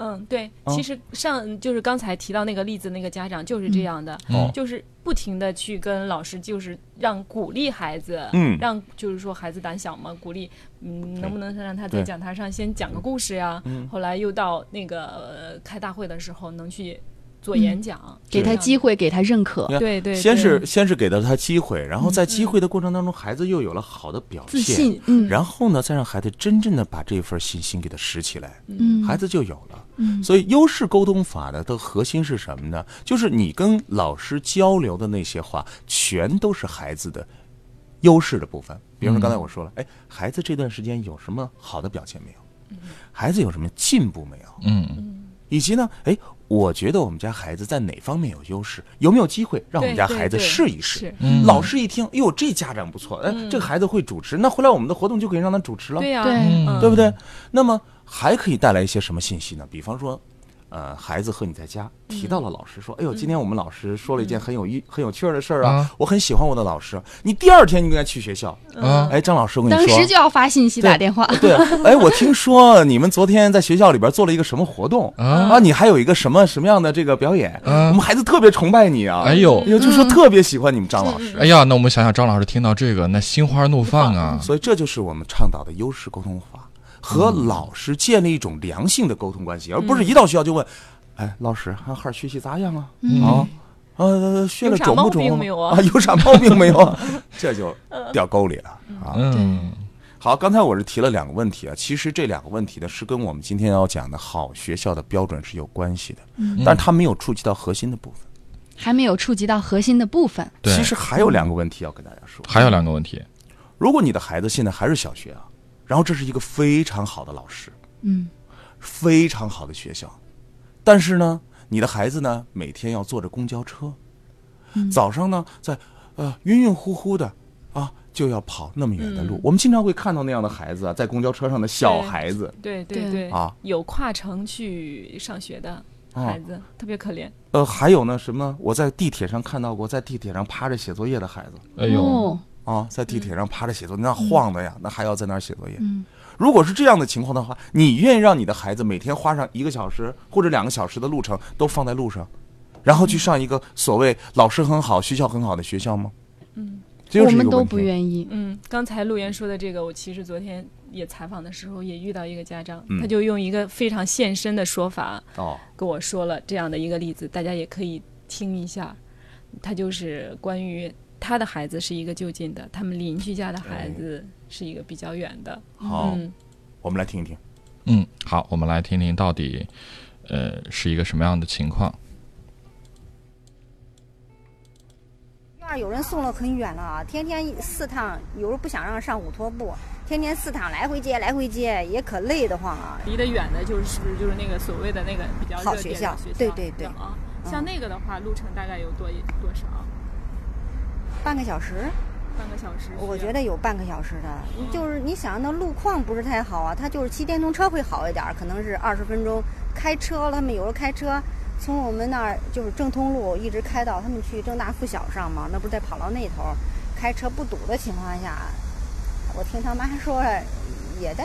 [SPEAKER 4] 嗯，对，
[SPEAKER 3] 啊
[SPEAKER 4] 其实上就是刚才提到那个例子，那个家长就是这样的，
[SPEAKER 3] 嗯
[SPEAKER 1] 哦
[SPEAKER 4] 就是不停的去跟老师，就是让鼓励孩子，
[SPEAKER 3] 嗯
[SPEAKER 4] 让就是说孩子胆小嘛，鼓励，嗯，能不能让他
[SPEAKER 3] 对嗯
[SPEAKER 4] 在讲台上先讲个故事呀、后来又到那个、呃开大会的时候能去做演讲，
[SPEAKER 2] 给他机
[SPEAKER 4] 会，
[SPEAKER 2] 会，给他认可。
[SPEAKER 3] 你看
[SPEAKER 4] 对对，
[SPEAKER 3] 先
[SPEAKER 4] 对
[SPEAKER 3] 是先是给到他机会，然后在机会的过程当中，孩子又有了好的表
[SPEAKER 2] 自
[SPEAKER 3] 现，
[SPEAKER 2] 信嗯
[SPEAKER 3] 然后呢，再让孩子真正的把这份信心给他拾起来，
[SPEAKER 2] 嗯
[SPEAKER 3] 孩子就有了。所以优势沟通法的的核心是什么呢？就是你跟老师交流的那些话，全都是孩子的优势的部分。比如说
[SPEAKER 4] 嗯
[SPEAKER 3] 刚才我说了，哎，孩子这段时间有什么好的表现没有？
[SPEAKER 4] 嗯
[SPEAKER 3] 嗯孩子有什么进步没有？
[SPEAKER 1] 嗯，
[SPEAKER 3] 以及呢，哎，我觉得我们家孩子在哪方面有优势，有没有机会让我们家
[SPEAKER 4] 对对
[SPEAKER 3] 孩子
[SPEAKER 4] 对
[SPEAKER 3] 试一试
[SPEAKER 4] 是？嗯
[SPEAKER 1] 嗯
[SPEAKER 3] 老师一听，哎呦，这家长不错，哎，这个孩子会主持，那回来我们的活动就可以让他主持了，
[SPEAKER 4] 对呀、
[SPEAKER 2] 对
[SPEAKER 4] 嗯
[SPEAKER 3] 对不对？那么还可以带来一些什么信息呢？比方说，呃，孩子和你在家提到了老师，说，哎呦，今天我们老师说了一件很有意、很有趣儿的事儿啊
[SPEAKER 1] 啊，
[SPEAKER 3] 我很喜欢我的老师。你第二天你应该去学校，
[SPEAKER 1] 啊
[SPEAKER 3] 哎，张老师，我跟
[SPEAKER 2] 当
[SPEAKER 3] 你说
[SPEAKER 2] 时就。要发信息
[SPEAKER 3] 对
[SPEAKER 2] 打电话。
[SPEAKER 3] 对，哎，我听说你们昨天在学校里边做了一个什么活动
[SPEAKER 1] 啊
[SPEAKER 3] 你还有一个什么什么样的这个表演？
[SPEAKER 1] 啊
[SPEAKER 3] 我们孩子特别崇拜你啊！
[SPEAKER 1] 哎呦
[SPEAKER 3] 也就说特别喜欢你们张老师。
[SPEAKER 1] 哎呀，那我们想想，张老师听到这个，那心花怒放啊！嗯
[SPEAKER 3] 所以这就是我们倡导的优势沟通法，和老师建立一种良性的沟通关系，而不是
[SPEAKER 4] 嗯
[SPEAKER 3] 一到学校就问，哎，老师，安孩儿学习咋样啊？啊，
[SPEAKER 1] 嗯
[SPEAKER 3] 呃，学了中不中
[SPEAKER 4] 嗯
[SPEAKER 3] 啊
[SPEAKER 4] 有啥毛病没有啊
[SPEAKER 3] 有啥毛病没有 啊？这就掉沟里了啊！
[SPEAKER 1] 嗯，
[SPEAKER 3] 好，刚才我是提了两个问题啊，其实这两个问题呢是跟我们今天要讲的好学校的标准是有关系的，
[SPEAKER 4] 嗯
[SPEAKER 3] 但是它没有触及到核心的部分。
[SPEAKER 2] 还没有触及到核心的部分。
[SPEAKER 1] 对
[SPEAKER 3] 其实还有两个问题要跟大家说，
[SPEAKER 1] 还有两个问题，
[SPEAKER 3] 如果你的孩子现在还是小学啊，然后这是一个非常好的老师，
[SPEAKER 2] 嗯，
[SPEAKER 3] 非常好的学校，但是呢，你的孩子呢每天要坐着公交车，
[SPEAKER 12] 嗯
[SPEAKER 3] 早上呢在呃晕晕乎乎的啊就要跑那么远的路，
[SPEAKER 4] 嗯
[SPEAKER 3] 我们经常会看到那样的孩子啊，在公交车上的小孩子，
[SPEAKER 4] 对对对
[SPEAKER 3] 啊，
[SPEAKER 4] 有跨城去上学的
[SPEAKER 3] 嗯
[SPEAKER 4] 孩子、特别可怜。
[SPEAKER 3] 呃，还有呢什么？我在地铁上看到过，在地铁上趴着写作业的孩子。
[SPEAKER 4] 哎呦哦
[SPEAKER 3] 啊，在地铁上趴着写作业，那晃的呀，那还要在那儿写作业。
[SPEAKER 12] 嗯
[SPEAKER 3] 如果是这样的情况的话，你愿意让你的孩子每天花上一个小时或者两个小时的路程都放在路上，然后去上一个所谓老师很好、学校很好的学校吗？
[SPEAKER 4] 嗯，
[SPEAKER 3] 这就是一个问题
[SPEAKER 2] 愿意。
[SPEAKER 4] 嗯，刚才陆岩说的这个，我其实昨天也采访的时候也遇到一个家长，
[SPEAKER 3] 嗯
[SPEAKER 4] 他就用一个非常现身的说法
[SPEAKER 3] 哦，
[SPEAKER 4] 跟我说了这样的一个例子，大家也可以听一下。他就是关于他的孩子是一个就近的，他们邻居家的
[SPEAKER 1] 哎
[SPEAKER 4] 孩子是一个比较远的。
[SPEAKER 1] 好
[SPEAKER 4] 嗯
[SPEAKER 3] 我们来听一听。
[SPEAKER 1] 嗯，好，我们来听听到底，呃，是一个什么样的情况？
[SPEAKER 11] 幼儿有人送了很远了啊，天天四趟，有时候不想让上午托步，天天四趟来回接来回接，也可累得慌啊。
[SPEAKER 5] 离得远的，就是是不是就是那个所谓的那个比较热
[SPEAKER 11] 好
[SPEAKER 5] 点的学
[SPEAKER 11] 学校对对嗯对
[SPEAKER 5] 啊？像那个的话，路程大概有多多少？
[SPEAKER 11] 半个小时，
[SPEAKER 5] 半个小时？
[SPEAKER 4] 啊
[SPEAKER 11] 我觉得有半个小时的，就是你想那路况不是太好啊，他就是骑电动车会好一点儿，可能是二十分钟。开车他们有时候开车从我们那儿就是正通路一直开到他们去正大附小上嘛，那不是得跑到那头儿，开车不堵的情况下，我听他妈说了，也得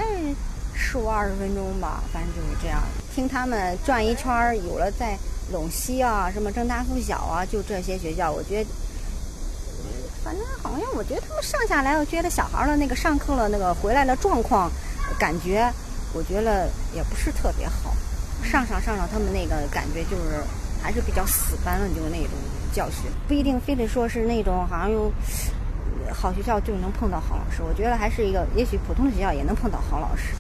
[SPEAKER 11] 十五二十分钟吧，反正就是这样。听他们转一圈儿，有了在陇西啊，什么正大附小啊，就这些学校，我觉得反正好像我觉得他们上下来，我觉得小孩儿的那个上课了那个回来的状况，感觉我觉得也不是特别好。上上上上，他们那个感觉就是还是比较死板了，就是那种教学，不一定非得说是那种好像用呃好学校就能碰到好老师。我觉得还是一个，也许普通的学校也能碰到好老师。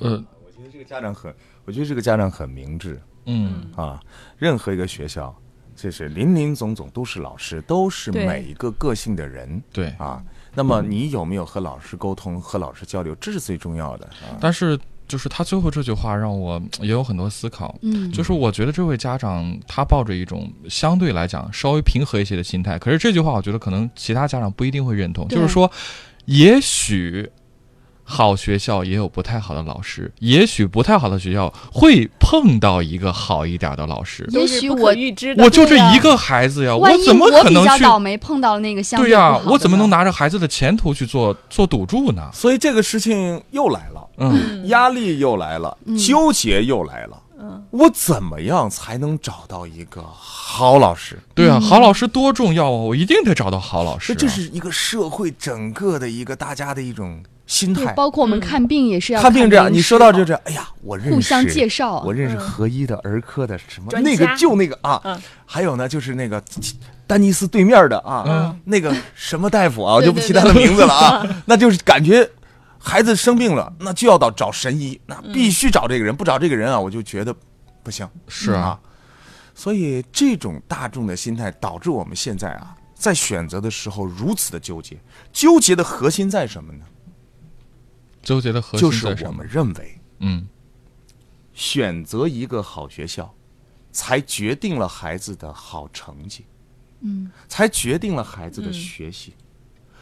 [SPEAKER 1] 呃，
[SPEAKER 3] 我觉得这个家长很，我觉得这个家长很明智。
[SPEAKER 1] 嗯
[SPEAKER 3] 啊，任何一个学校，就是林林总总都是老师，都是
[SPEAKER 1] 对
[SPEAKER 3] 每一个个性的人。
[SPEAKER 1] 对
[SPEAKER 3] 啊，那么你有没有和老师沟通、和老师交流，这是最重要的啊。
[SPEAKER 1] 但是就是他最后这句话让我嗯也有很多思考，
[SPEAKER 3] 嗯
[SPEAKER 1] 就是我觉得这位家长他抱着一种相对来讲稍微平和一些的心态，可是这句话我觉得可能其他家长不一定会认同，
[SPEAKER 10] 对
[SPEAKER 1] 就是说，也许。好学校也有不太好的老师，也许不太好的学校会碰到一个好一点的老师。
[SPEAKER 2] 也许我
[SPEAKER 4] 预知
[SPEAKER 1] 我就这一个孩子呀，我
[SPEAKER 2] 万一
[SPEAKER 1] 怎么可能
[SPEAKER 2] 比较
[SPEAKER 1] 去？
[SPEAKER 2] 倒霉碰到了那个相
[SPEAKER 1] 对
[SPEAKER 2] 不
[SPEAKER 1] 呀、
[SPEAKER 2] 好的
[SPEAKER 1] 我怎么
[SPEAKER 2] 呢
[SPEAKER 1] 能拿着孩子的前途去做做赌注呢？
[SPEAKER 3] 所以这个事情又来了，
[SPEAKER 1] 嗯，
[SPEAKER 3] 压力又来了，
[SPEAKER 1] 嗯
[SPEAKER 3] 纠结又来了。
[SPEAKER 4] 嗯，
[SPEAKER 3] 我怎么样才能找到一个好老师？
[SPEAKER 1] 对
[SPEAKER 2] 嗯
[SPEAKER 1] 啊，好老师多重要啊！我一定得找到好老师、
[SPEAKER 3] 这
[SPEAKER 1] 啊。
[SPEAKER 3] 这是一个社会整个的一个大家的一种心
[SPEAKER 2] 对
[SPEAKER 3] 态，，
[SPEAKER 2] 包括我们看病也是要
[SPEAKER 3] 看病这样，你
[SPEAKER 1] 哦
[SPEAKER 3] 说到这这，
[SPEAKER 2] 这，
[SPEAKER 3] 哎呀，我认识
[SPEAKER 2] 互相介绍
[SPEAKER 3] 我认识
[SPEAKER 2] 嗯
[SPEAKER 3] 合一的儿科的什么
[SPEAKER 2] 专
[SPEAKER 3] 那个
[SPEAKER 2] 家
[SPEAKER 3] 就那个啊
[SPEAKER 2] 嗯，
[SPEAKER 3] 还有呢就是那个丹尼斯对面的啊
[SPEAKER 1] 嗯，
[SPEAKER 3] 那个什么大夫啊，我
[SPEAKER 1] 对
[SPEAKER 3] 就不
[SPEAKER 1] 对
[SPEAKER 3] 提
[SPEAKER 1] 对
[SPEAKER 3] 他的名字了啊，那就是感觉。孩子生病了，那就要到找神医，那
[SPEAKER 1] 嗯
[SPEAKER 3] 必须找这个人，不找这个人啊，我就觉得不行。
[SPEAKER 1] 是啊，
[SPEAKER 3] 所以这种大众的心态导致我们现在啊，在选择的时候如此的纠结。纠结的核心在什么呢？
[SPEAKER 1] 纠结的核心
[SPEAKER 3] 就是
[SPEAKER 1] 在什
[SPEAKER 3] 我
[SPEAKER 1] 么？
[SPEAKER 3] 们认为
[SPEAKER 1] 嗯，
[SPEAKER 3] 选择一个好学校，才决定了孩子的好成绩，
[SPEAKER 10] 嗯
[SPEAKER 3] 才决定了孩子的
[SPEAKER 10] 嗯
[SPEAKER 3] 学习。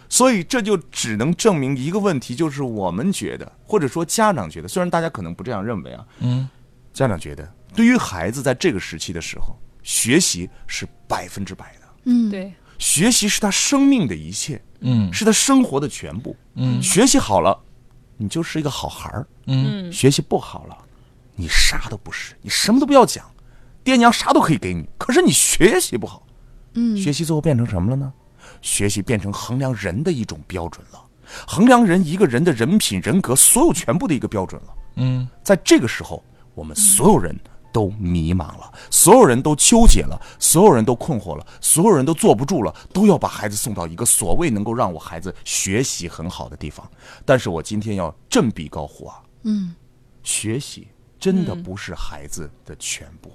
[SPEAKER 3] 所以这就只能证明一个问题，就是我们觉得，或者说家长觉得，虽然大家可能不这样认为啊，
[SPEAKER 1] 嗯，
[SPEAKER 3] 家长觉得，对于孩子在这个时期的时候，学习是百分之百的，
[SPEAKER 2] 嗯，
[SPEAKER 4] 对，
[SPEAKER 3] 学习是他生命的一切，
[SPEAKER 1] 嗯，
[SPEAKER 3] 是他生活的全部，
[SPEAKER 1] 嗯
[SPEAKER 3] 学习好了，你就是一个好孩儿，
[SPEAKER 1] 嗯
[SPEAKER 3] 学习不好了，你啥都不是，你什么都不要讲，爹娘啥都可以给你，可是你学习不好，
[SPEAKER 2] 嗯
[SPEAKER 3] 学习最后变成什么了呢？学习变成衡量人的一种标准了，衡量人一个人的人品、人格所有全部的一个标准了。
[SPEAKER 1] 嗯
[SPEAKER 3] 在这个时候，我们所有人都迷茫了，所有人都纠结了，所有人都困惑了，所有人都坐不住了，都要把孩子送到一个所谓能够让我孩子学习很好的地方。但是我今天要振臂高呼啊，
[SPEAKER 10] 嗯
[SPEAKER 3] 学习真的不是孩子的全部，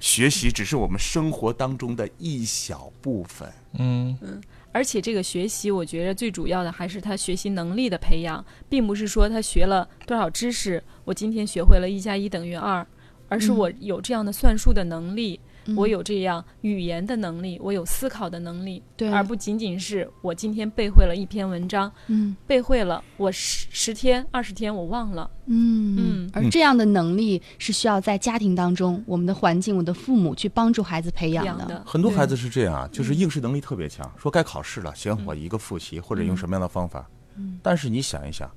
[SPEAKER 3] 学习只是我们生活当中的一小部分。
[SPEAKER 1] 嗯
[SPEAKER 4] 嗯，而且这个学习，我觉得最主要的还是他学习能力的培养，并不是说他学了多少知识，我今天学会了一加一等于二，而是
[SPEAKER 2] 嗯
[SPEAKER 4] 我有这样的算术的能力，我有这样语言的能力，我有思考的能力，
[SPEAKER 2] 对
[SPEAKER 4] 而不仅仅是我今天背会了一篇文章，
[SPEAKER 2] 嗯，
[SPEAKER 4] 背会了，我十十天、二十天我忘了，
[SPEAKER 2] 嗯，而这样的能力是需要在家庭当中，我们的环境，我的父母去帮助孩子培养的。
[SPEAKER 3] 很多孩子是这样啊，
[SPEAKER 2] 嗯
[SPEAKER 3] 就是应试能力特别强，说该考试了，行，我一个复习或者用什么样的方法。
[SPEAKER 2] 嗯
[SPEAKER 3] 但是你想一想，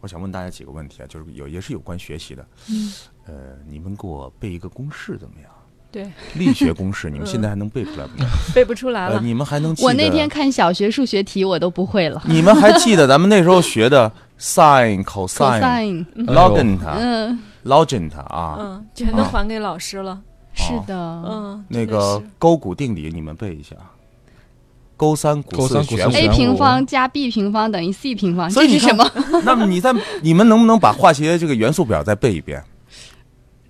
[SPEAKER 3] 我想问大家几个问题啊，就是有也是有关学习的。
[SPEAKER 4] 嗯
[SPEAKER 3] 呃，你们给我背一个公式怎么样？
[SPEAKER 4] 对，
[SPEAKER 3] 力学公式， 你们现在还能背出来不？
[SPEAKER 4] 背不出来了。
[SPEAKER 3] 呃，你们还能记得？
[SPEAKER 2] 嗯我那天看小学数学题，我都不会了。
[SPEAKER 3] 你们还记得咱们那时候学的 sin、cosine
[SPEAKER 2] Cosine、
[SPEAKER 3] logent 啊、
[SPEAKER 2] 嗯
[SPEAKER 3] logent 啊？
[SPEAKER 4] 嗯，全都
[SPEAKER 3] 啊
[SPEAKER 4] 还给老师了。
[SPEAKER 2] 是的，
[SPEAKER 4] 嗯，
[SPEAKER 3] 那个勾股定理，你们背一下。勾三股
[SPEAKER 1] 勾三
[SPEAKER 3] 四
[SPEAKER 1] 股
[SPEAKER 3] 玄
[SPEAKER 1] 四
[SPEAKER 3] 武
[SPEAKER 2] a 平方加 b 平方等于 c 平方，
[SPEAKER 3] 所以
[SPEAKER 2] 这
[SPEAKER 3] 你
[SPEAKER 2] 是
[SPEAKER 3] 看
[SPEAKER 2] 什么？？
[SPEAKER 3] 那么你在你们能不能把化学这个元素表再背一遍？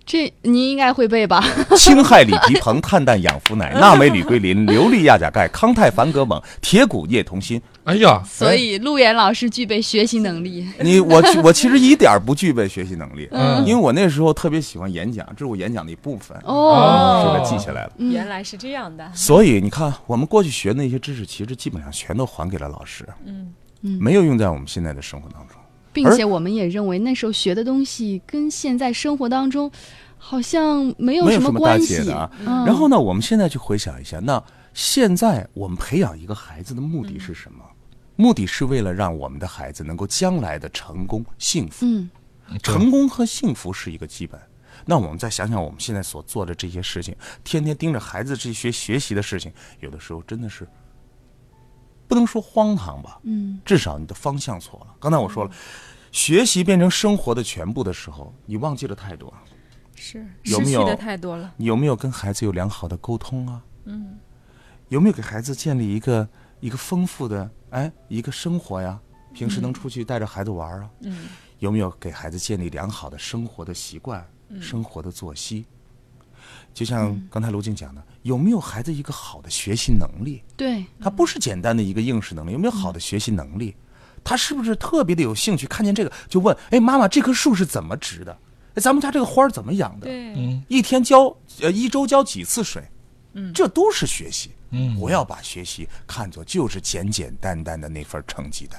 [SPEAKER 2] 这您应该会背吧？
[SPEAKER 3] 氢氦锂铍硼碳氮氧氟 氖钠镁铝硅磷硫氯亚钾钙康泰钒铬锰铁钴镍铜锌。
[SPEAKER 1] 哎呀，
[SPEAKER 2] 所以陆岩老师具备学习能力。
[SPEAKER 3] 你我其我其实一点儿不具备学习能力，
[SPEAKER 2] 嗯
[SPEAKER 3] 因为我那时候特别喜欢演讲，这是我演讲的一部分，
[SPEAKER 2] 哦
[SPEAKER 3] 是吧？记下来了。
[SPEAKER 4] 原来是这样的。
[SPEAKER 3] 所以你看，我们过去学的那些知识，其实基本上全都还给了老师，
[SPEAKER 4] 嗯
[SPEAKER 2] 嗯
[SPEAKER 3] 没有用在我们现在的生活当中。
[SPEAKER 2] 并且我们也认为那时候学的东西跟现在生活当中好像没有
[SPEAKER 3] 没有
[SPEAKER 2] 么
[SPEAKER 3] 什么搭
[SPEAKER 2] 关
[SPEAKER 3] 界
[SPEAKER 2] 系
[SPEAKER 3] 的啊。
[SPEAKER 2] 嗯
[SPEAKER 3] 然后呢，我们现在去回想一下，那现在我们培养一个孩子的目的是什么？
[SPEAKER 2] 嗯
[SPEAKER 3] 目的是为了让我们的孩子能够将来的成功、幸福。
[SPEAKER 2] 嗯，
[SPEAKER 3] 成功和幸福是一个基本。那我们再想想我们现在所做的这些事情，天天盯着孩子这些学习的事情，有的时候真的是不能说荒唐吧，
[SPEAKER 2] 嗯，
[SPEAKER 3] 至少你的方向错了。刚才我说了，学习变成生活的全部的时候，你忘记了太多。
[SPEAKER 4] 是
[SPEAKER 3] 有
[SPEAKER 4] 失
[SPEAKER 3] 没
[SPEAKER 4] 去
[SPEAKER 3] 有
[SPEAKER 4] 的太多了。
[SPEAKER 3] 你有没有跟孩子有良好的沟通啊？
[SPEAKER 4] 嗯
[SPEAKER 3] 有没有给孩子建立一个一个丰富的哎一个生活呀？平时能出去带着孩子玩啊？
[SPEAKER 4] 嗯
[SPEAKER 3] 有没有给孩子建立良好的生活的习惯、
[SPEAKER 4] 嗯
[SPEAKER 3] 生活的作息？就像刚才卢静讲的，有没有孩子一个好的学习能力？
[SPEAKER 2] 对，
[SPEAKER 4] 嗯
[SPEAKER 3] 他不是简单的一个应试能力，有没有好的学习能力？他是不是特别的有兴趣？看见这个就问：“哎，妈妈，这棵树是怎么植的？哎，咱们家这个花儿怎么养的？
[SPEAKER 4] 对，
[SPEAKER 1] 嗯
[SPEAKER 3] 一天浇呃一周浇几次水？
[SPEAKER 4] 嗯
[SPEAKER 3] 这都是学习。
[SPEAKER 1] 嗯
[SPEAKER 3] 不要把学习看作就是简简单单的那份成绩单。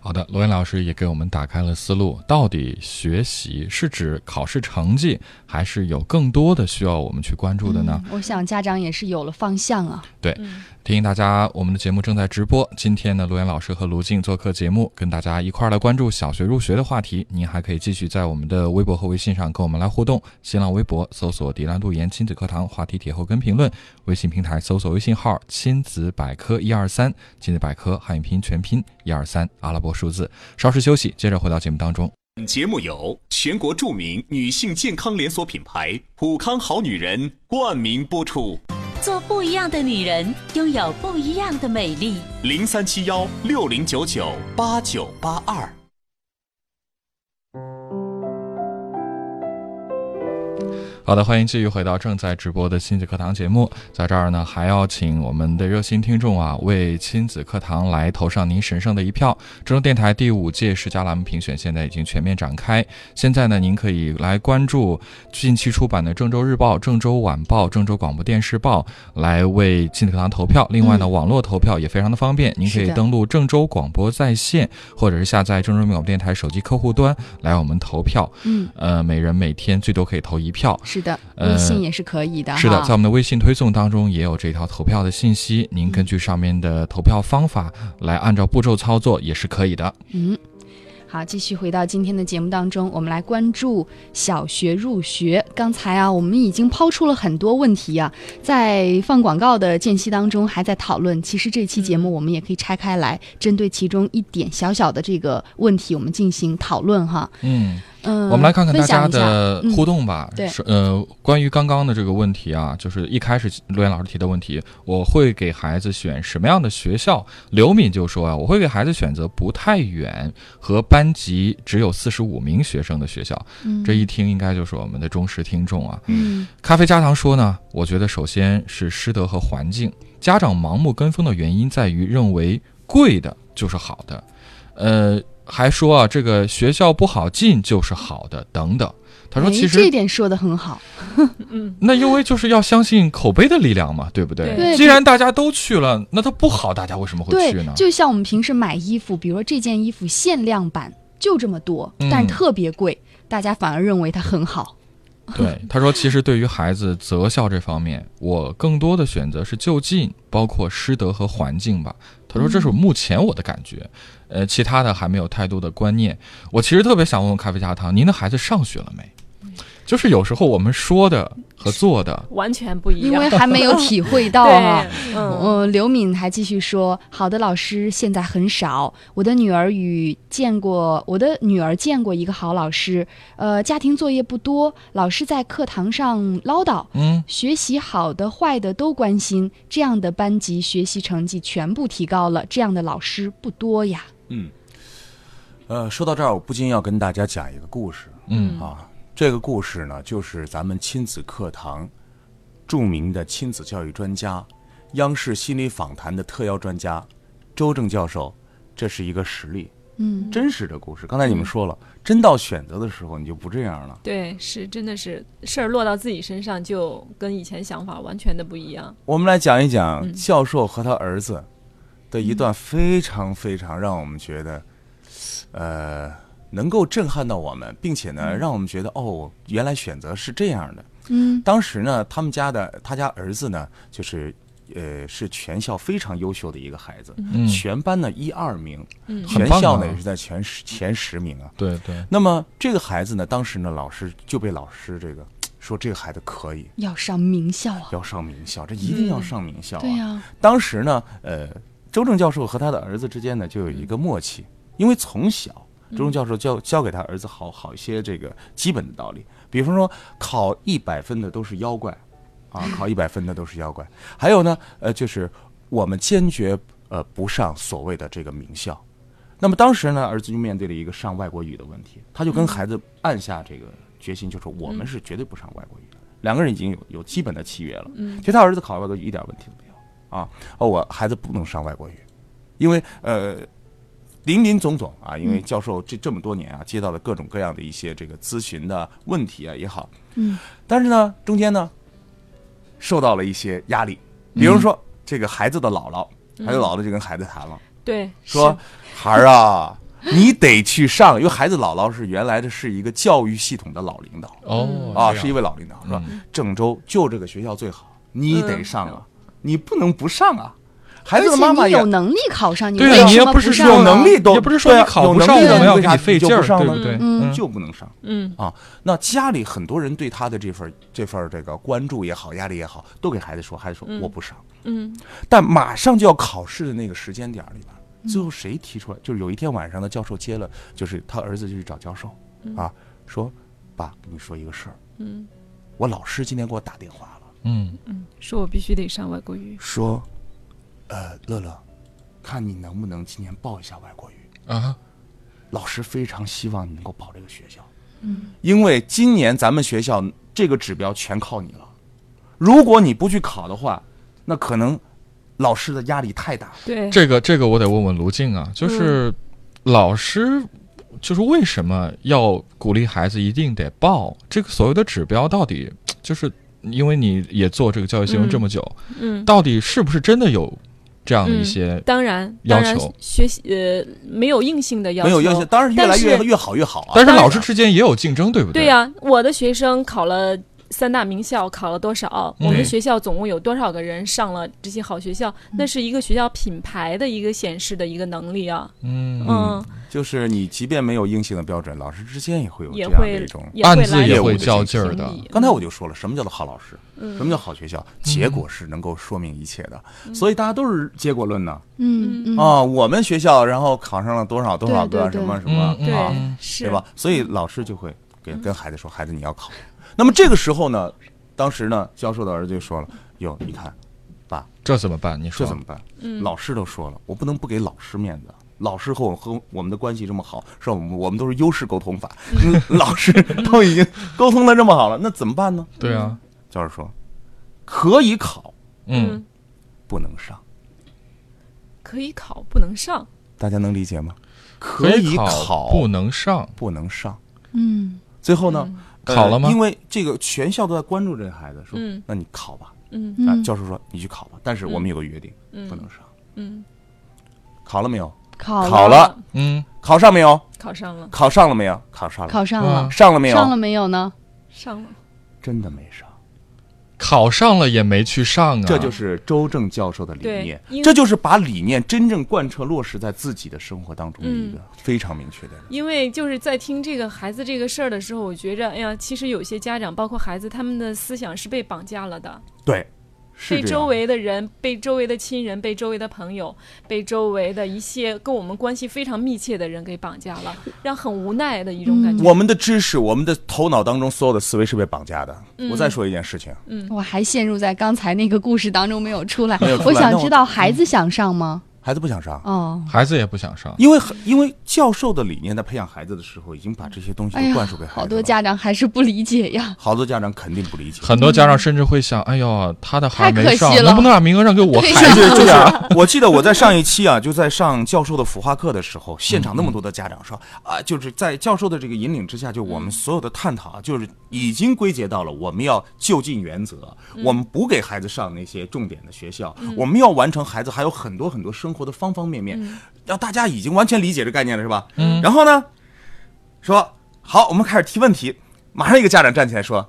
[SPEAKER 1] 好的，罗源老师也给我们打开了思路。到底学习是指考试成绩，还是有更多的需要我们去关注的呢？
[SPEAKER 2] 嗯我想家长也是有了方向啊。
[SPEAKER 1] 对，
[SPEAKER 4] 嗯
[SPEAKER 1] 提醒大家，我们的节目正在直播。今天呢，罗源老师和卢静做客节目，跟大家一块儿来关注小学入学的话题。您还可以继续在我们的微博和微信上跟我们来互动。新浪微博搜索“迪兰路言亲子课堂”话题帖后跟评论，微信平台搜索微信号“亲子百科一二三”，亲子百科汉语拼音全拼一二三阿拉伯数字。稍事休息，接着回到节目当中。
[SPEAKER 10] 本节目由全国著名女性健康连锁品牌普康好女人冠名播出，
[SPEAKER 12] 做不一样的女人，拥有不一样的美丽。
[SPEAKER 10] 零三七幺六零九九八九八二。
[SPEAKER 1] 好的，欢迎继续回到正在直播的亲子课堂节目，在这儿呢，还要请我们的热心听众啊，为亲子课堂来投上您神圣的一票。郑州电台第五届十佳栏目评选现在已经全面展开，现在呢，您可以来关注近期出版的《郑州日报》《郑州晚报》《郑州广播电视报》，来为亲子课堂投票。另外呢，
[SPEAKER 13] 嗯
[SPEAKER 1] 网络投票也非常的方便，您可
[SPEAKER 13] 是
[SPEAKER 1] 以
[SPEAKER 13] 的
[SPEAKER 1] 登录郑州广播在线，或者是下载郑州人民广播电台手机客户端来我们投票。
[SPEAKER 2] 嗯
[SPEAKER 1] 呃，每人每天最多可以投一票。
[SPEAKER 2] 是的，
[SPEAKER 1] 呃
[SPEAKER 2] 微信也是可以的。
[SPEAKER 1] 是的，
[SPEAKER 2] 哈
[SPEAKER 1] 在我们的微信推送当中也有这条投票的信息，您根据上面的投票方法来按照步骤操作也是可以的。
[SPEAKER 2] 嗯，好，继续回到今天的节目当中，我们来关注小学入学。刚才啊，我们已经抛出了很多问题啊，在放广告的间隙当中还在讨论。其实这期节目我们也可以拆开来，针对其中一点小小的这个问题，我们进行讨论哈。
[SPEAKER 1] 嗯，
[SPEAKER 2] 嗯，
[SPEAKER 1] 我们来看看大
[SPEAKER 2] 分享
[SPEAKER 1] 家
[SPEAKER 2] 一下
[SPEAKER 1] 的
[SPEAKER 2] 嗯
[SPEAKER 1] 互动吧。
[SPEAKER 2] 对
[SPEAKER 1] 是呃，关于刚刚的这个问题啊，就是一开始陆岩老师提的问题，我会给孩子选什么样的学校？刘敏就说啊，我会给孩子选择不太远和班级只有四十五名学生的学校。
[SPEAKER 13] 嗯
[SPEAKER 1] 这一听应该就是我们的忠实听众啊。
[SPEAKER 13] 嗯
[SPEAKER 1] 咖啡加糖说呢，我觉得首先是师德和环境，家长盲目跟风的原因在于认为贵的就是好的，呃，还说啊这个学校不好进就是好的等等。他说
[SPEAKER 2] 哎
[SPEAKER 1] 其实
[SPEAKER 2] 这一点说的很好，
[SPEAKER 1] 那 U V 就是要相信口碑的力量嘛，对不对？
[SPEAKER 2] 对
[SPEAKER 1] 既然大家都去了，那它不好，大家为什么会
[SPEAKER 2] 对
[SPEAKER 1] 去呢，？
[SPEAKER 2] 就像我们平时买衣服，比如说这件衣服限量版就这么多，
[SPEAKER 1] 嗯
[SPEAKER 2] 但是特别贵，大家反而认为它很好。
[SPEAKER 1] 对，他说其实对于孩子择校这方面，我更多的选择是就近，包括师德和环境吧。他说这是目前我的感觉，呃，其他的还没有太多的观念。我其实特别想问问咖啡加糖，您的孩子上学了没？就是有时候我们说的和做的，
[SPEAKER 4] 完全不一样，
[SPEAKER 2] 因为还没有体会 到
[SPEAKER 4] 对
[SPEAKER 2] 哈、
[SPEAKER 4] 嗯
[SPEAKER 2] 呃，刘敏还继续说，好的老师现在很少。我的女儿与见过，我的女儿见过一个好老师，呃，家庭作业不多，老师在课堂上唠叨，
[SPEAKER 1] 嗯
[SPEAKER 2] 学习好的坏的都关心，这样的班级学习成绩全部提高了，这样的老师不多呀。
[SPEAKER 3] 嗯，呃，说到这儿，我不禁要跟大家讲一个故事。
[SPEAKER 1] 嗯
[SPEAKER 3] 啊，这个故事呢，就是咱们亲子课堂著名的亲子教育专家、央视心理访谈的特邀专家周正教授，这是一个实例，
[SPEAKER 2] 嗯
[SPEAKER 3] 真实的故事。刚才你们说了，真到选择的时候，你就不这样了。
[SPEAKER 4] 对，是真的是事儿落到自己身上，就跟以前想法完全的不一样。
[SPEAKER 3] 我们来讲一讲教授和他儿子的一段非常非常让我们觉得，呃，能够震撼到我们，并且呢，让我们觉得哦，原来选择是这样的。
[SPEAKER 2] 嗯
[SPEAKER 3] 当时呢，他们家的他家儿子呢，就是呃，是全校非常优秀的一个孩子，
[SPEAKER 1] 嗯
[SPEAKER 3] 全班呢一二名，
[SPEAKER 1] 嗯
[SPEAKER 3] 全
[SPEAKER 1] 很棒啊
[SPEAKER 3] 校呢也是在前十前十名啊。
[SPEAKER 1] 对对，
[SPEAKER 3] 那么这个孩子呢，当时呢，老师就被老师这个说这个孩子可以，
[SPEAKER 2] 要上名校啊，
[SPEAKER 3] 要上名校，这一定要上名校、啊
[SPEAKER 2] 对呀
[SPEAKER 3] 当时呢，呃，周正教授和他的儿子之间呢，就有一个默契，因为从小周正教授教教给他儿子好好一些这个基本的道理，比方说考一百分的都是妖怪，啊，考一百分的都是妖怪。还有呢，呃，就是我们坚决呃不上所谓的这个名校。那么当时呢，儿子就面对了一个上外国语的问题，他就跟孩子暗下这个决心，就说我们是绝对不上外国语的。两个人已经有有基本的契约了。
[SPEAKER 13] 嗯
[SPEAKER 3] 其实他儿子考外国语一点问题都没有啊。哦，我孩子不能上外国语，因为呃，林林总总啊，因为
[SPEAKER 13] 嗯
[SPEAKER 3] 教授这这么多年啊，接到的各种各样的一些这个咨询的问题啊也好，
[SPEAKER 13] 嗯
[SPEAKER 3] 但是呢，中间呢，受到了一些压力，比
[SPEAKER 13] 嗯
[SPEAKER 3] 如说、这个孩子的姥姥，
[SPEAKER 4] 嗯
[SPEAKER 3] 孩子姥姥就跟孩子谈了，
[SPEAKER 4] 对，
[SPEAKER 3] 说孩儿啊，你得去上，因为孩子姥姥是原来的是一个教育系统的老领导
[SPEAKER 1] 哦
[SPEAKER 3] 啊，
[SPEAKER 1] 这样
[SPEAKER 3] 是一位老领导，是吧？
[SPEAKER 1] 嗯
[SPEAKER 3] 郑州就这个学校最好，你得上啊，你不能不上啊。孩子的妈妈
[SPEAKER 2] 嗯而且
[SPEAKER 3] 也
[SPEAKER 2] 你有能力考上，你
[SPEAKER 1] 啊
[SPEAKER 3] 对
[SPEAKER 2] 为
[SPEAKER 3] 呀，
[SPEAKER 2] 什么上
[SPEAKER 3] 有
[SPEAKER 2] 呢
[SPEAKER 3] 能力都，
[SPEAKER 1] 也不是说
[SPEAKER 3] 对啊
[SPEAKER 1] 你考
[SPEAKER 3] 有
[SPEAKER 1] 不
[SPEAKER 3] 能
[SPEAKER 1] 上
[SPEAKER 3] 力
[SPEAKER 1] 我们
[SPEAKER 3] 的
[SPEAKER 1] 要
[SPEAKER 3] 为
[SPEAKER 1] 给
[SPEAKER 3] 啥
[SPEAKER 1] 你费
[SPEAKER 3] 就
[SPEAKER 1] 劲
[SPEAKER 3] 不
[SPEAKER 1] 儿
[SPEAKER 3] 上
[SPEAKER 1] 对
[SPEAKER 3] 呢
[SPEAKER 1] 不对嗯
[SPEAKER 3] 就不能上。
[SPEAKER 4] 嗯
[SPEAKER 3] 啊，那家里很多人对他的这份这份这个关注也好，压力也好，都给孩子说，孩子说
[SPEAKER 4] 嗯
[SPEAKER 3] 我不上。
[SPEAKER 4] 嗯
[SPEAKER 3] 但马上就要考试的那个时间点儿里边儿，
[SPEAKER 2] 嗯
[SPEAKER 3] 最后谁提出来？就是有一天晚上呢，教授接了，就是他儿子就去找教授
[SPEAKER 4] 嗯
[SPEAKER 3] 啊，说爸，跟你说一个事儿，
[SPEAKER 4] 嗯
[SPEAKER 3] 我老师今天给我打电话了，
[SPEAKER 1] 嗯
[SPEAKER 4] 嗯，说我必须得上外国语。
[SPEAKER 3] 说，呃，乐乐，看你能不能今年报一下外国语。
[SPEAKER 1] 啊，
[SPEAKER 3] 老师非常希望你能够报这个学校，
[SPEAKER 13] 嗯
[SPEAKER 3] 因为今年咱们学校这个指标全靠你了。如果你不去考的话，那可能老师的压力太大了。
[SPEAKER 4] 对
[SPEAKER 1] 这个这个我得问问卢静啊，就是老师，就是为什么要鼓励孩子一定得报这个所谓的指标？到底就是因为你也做这个教育新闻
[SPEAKER 4] 嗯
[SPEAKER 1] 这么久，
[SPEAKER 4] 嗯
[SPEAKER 1] 到底是不是真的有这样的一些
[SPEAKER 4] 嗯、当然
[SPEAKER 1] 要
[SPEAKER 4] 当
[SPEAKER 1] 求
[SPEAKER 4] 然？学习呃没有硬性的要
[SPEAKER 3] 哎
[SPEAKER 4] 求，
[SPEAKER 1] 没有硬性
[SPEAKER 3] 当然越来越
[SPEAKER 4] 但是
[SPEAKER 3] 越好越
[SPEAKER 10] 哦
[SPEAKER 3] 好啊。
[SPEAKER 1] 但是老师之间也有竞争，对不
[SPEAKER 4] 对呀、我的学生考了三大名校，考了多少？
[SPEAKER 1] 嗯
[SPEAKER 4] 我们学校总共有多少个人上了这些好学校？
[SPEAKER 2] 嗯
[SPEAKER 4] 那是一个学校品牌的一个显示的一个能力啊。
[SPEAKER 1] 嗯
[SPEAKER 4] 嗯，
[SPEAKER 3] 就是你即便没有硬性的标准，老师之间也会有这
[SPEAKER 4] 也
[SPEAKER 3] 样的
[SPEAKER 4] 会
[SPEAKER 3] 一种
[SPEAKER 4] 也会暗自来也
[SPEAKER 3] 业务
[SPEAKER 1] 会
[SPEAKER 3] 的
[SPEAKER 1] 较
[SPEAKER 3] 竞
[SPEAKER 1] 劲儿
[SPEAKER 3] 争
[SPEAKER 1] 的
[SPEAKER 3] 嗯刚才我就说了，什么叫做好老师，
[SPEAKER 4] 嗯
[SPEAKER 3] 什么叫好学校，结果是能够说明一切的。所以大家都是结果论呢。
[SPEAKER 2] 嗯嗯
[SPEAKER 3] 啊，我们学校然后考上了多少多少
[SPEAKER 13] 对
[SPEAKER 3] 个
[SPEAKER 13] 对
[SPEAKER 3] 什么什
[SPEAKER 13] 对
[SPEAKER 3] 么
[SPEAKER 13] 嗯
[SPEAKER 3] 啊
[SPEAKER 13] 对，
[SPEAKER 3] 对
[SPEAKER 13] 是嗯
[SPEAKER 3] 吧？所以老师就会给跟孩子说，孩子你要考。那么这个时候呢，当时呢，教授的儿子就说了：“哟，你看，爸，
[SPEAKER 1] 这怎么办？你说
[SPEAKER 3] 这怎么办？
[SPEAKER 13] 嗯
[SPEAKER 3] 老师都说了，我不能不给老师面子。老师和我和我们的关系这么好，是吧？我们我们都是优势沟通法，嗯 老师都已经沟通的这么好了，那怎么办呢？
[SPEAKER 1] 对啊，
[SPEAKER 3] 教授说可以考，
[SPEAKER 1] 嗯，
[SPEAKER 3] 不能上，
[SPEAKER 4] 可以考不能上，
[SPEAKER 3] 大家能理解吗？
[SPEAKER 1] 可以
[SPEAKER 3] 以
[SPEAKER 1] 考
[SPEAKER 3] 考，
[SPEAKER 1] 不能上，
[SPEAKER 3] 不能上。
[SPEAKER 2] 嗯
[SPEAKER 3] 最后呢，
[SPEAKER 1] 考了吗
[SPEAKER 3] 呃因为这个全校都在关注这个孩子，说
[SPEAKER 4] 嗯
[SPEAKER 3] 那你考吧。
[SPEAKER 4] 嗯
[SPEAKER 3] 啊
[SPEAKER 4] 嗯
[SPEAKER 3] 教授说你去考吧，但是我们有个约定，
[SPEAKER 4] 嗯
[SPEAKER 3] 不能上。
[SPEAKER 4] 嗯，
[SPEAKER 3] 考了没有？
[SPEAKER 2] 考了
[SPEAKER 3] 考了，
[SPEAKER 1] 嗯，
[SPEAKER 3] 考上没有？
[SPEAKER 4] 考上了，
[SPEAKER 3] 考上了没有？考上了，
[SPEAKER 2] 考上
[SPEAKER 1] 啊
[SPEAKER 2] 了，
[SPEAKER 3] 上
[SPEAKER 1] 嗯
[SPEAKER 3] 了没有？
[SPEAKER 2] 上了没有呢？
[SPEAKER 4] 上了。
[SPEAKER 3] 真的没上，
[SPEAKER 1] 考上了也没去上啊，
[SPEAKER 3] 这就是周正教授的理
[SPEAKER 4] 对
[SPEAKER 3] 念
[SPEAKER 4] 因，为
[SPEAKER 3] 这就是把理念真正贯彻落实在自己的生活当中的一个
[SPEAKER 4] 嗯
[SPEAKER 3] 非常明确的人。
[SPEAKER 4] 因为就是在听这个孩子这个事儿的时候，我觉着，哎呀，其实有些家长，包括孩子，他们的思想是被绑架了的，
[SPEAKER 3] 对，
[SPEAKER 4] 被
[SPEAKER 3] 是这
[SPEAKER 4] 周
[SPEAKER 3] 样。
[SPEAKER 4] 围的人、被周围的亲人、被周围的朋友、被周围的一些跟我们关系非常密切的人给绑架了，让很无奈的一种感觉。
[SPEAKER 3] 我们的知识，我们的头脑当中所有的思维是被绑架的。
[SPEAKER 2] 嗯
[SPEAKER 3] 我再说一件事情，
[SPEAKER 2] 嗯，我还陷入在刚才那个故事当中没有出来。
[SPEAKER 3] 没有出来
[SPEAKER 2] 我想
[SPEAKER 3] 那我嗯
[SPEAKER 2] 知道孩子想上吗？
[SPEAKER 3] 孩子不想上，
[SPEAKER 2] 哦，
[SPEAKER 1] 孩子也不想上，
[SPEAKER 3] 因为因为教授的理念在培养孩子的时候，已经把这些东西
[SPEAKER 2] 哎
[SPEAKER 3] 都
[SPEAKER 2] 呀
[SPEAKER 3] 灌输给，孩
[SPEAKER 2] 好
[SPEAKER 3] 子。
[SPEAKER 2] 多家长还是不理解呀。
[SPEAKER 3] 好多家长肯定不理解，
[SPEAKER 1] 很多家长甚至会想，哎呦，他的孩儿
[SPEAKER 2] 嗯太
[SPEAKER 1] 没
[SPEAKER 2] 可
[SPEAKER 1] 上
[SPEAKER 2] 惜，了
[SPEAKER 1] 能不能把名额让给 我
[SPEAKER 2] 对
[SPEAKER 1] 孩
[SPEAKER 2] 呀
[SPEAKER 1] 子？
[SPEAKER 3] 对，就是啊 我记得我在上一期啊，就在上教授的腐化课的时候， 现场那么多的家长说啊，就是在教授的这个引领之下，就我们所有的探讨啊，就是已经归结到了我们要就近原则，
[SPEAKER 10] 嗯
[SPEAKER 3] 我们不给孩子上那些重点的学校
[SPEAKER 10] 嗯，
[SPEAKER 3] 我们要完成孩子还有很多很多生活的方方面面，让大家已经完全理解这概念了，是吧？
[SPEAKER 10] 嗯
[SPEAKER 3] 然后呢，说好，我们开始提问题，马上一个家长站起来说，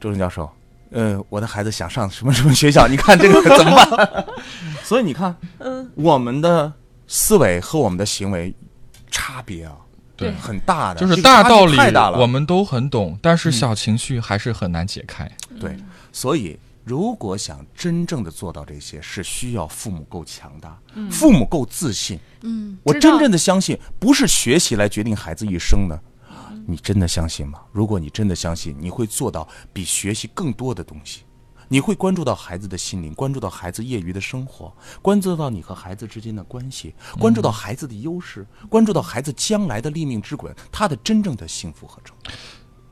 [SPEAKER 3] 周正教授。呃，我的孩子想上什么什么学校？你 看这个怎么办？ 所以你看，
[SPEAKER 4] 嗯，
[SPEAKER 3] 我们的思维和我们的行为差别啊，
[SPEAKER 1] 对
[SPEAKER 3] 很大的，
[SPEAKER 1] 就
[SPEAKER 3] 这
[SPEAKER 1] 是
[SPEAKER 3] 个
[SPEAKER 1] 大
[SPEAKER 3] 差距
[SPEAKER 1] 道理
[SPEAKER 3] 太大了。嗯
[SPEAKER 1] 我们都很懂，但是小情绪还是很难解开。
[SPEAKER 10] 嗯
[SPEAKER 3] 对，所以如果想真正的做到这些，是需要父母够强大，
[SPEAKER 10] 嗯
[SPEAKER 3] 父母够自信。
[SPEAKER 10] 嗯
[SPEAKER 3] 我真正的相信，不是学习来决定孩子一生的。你真的相信吗？如果你真的相信，你会做到比学习更多的东西。你会关注到孩子的心灵，关注到孩子业余的生活，关注到你和孩子之间的关系，
[SPEAKER 10] 嗯
[SPEAKER 3] 关注到孩子的优势，关注到孩子将来的立命之本，他的真正的幸福和成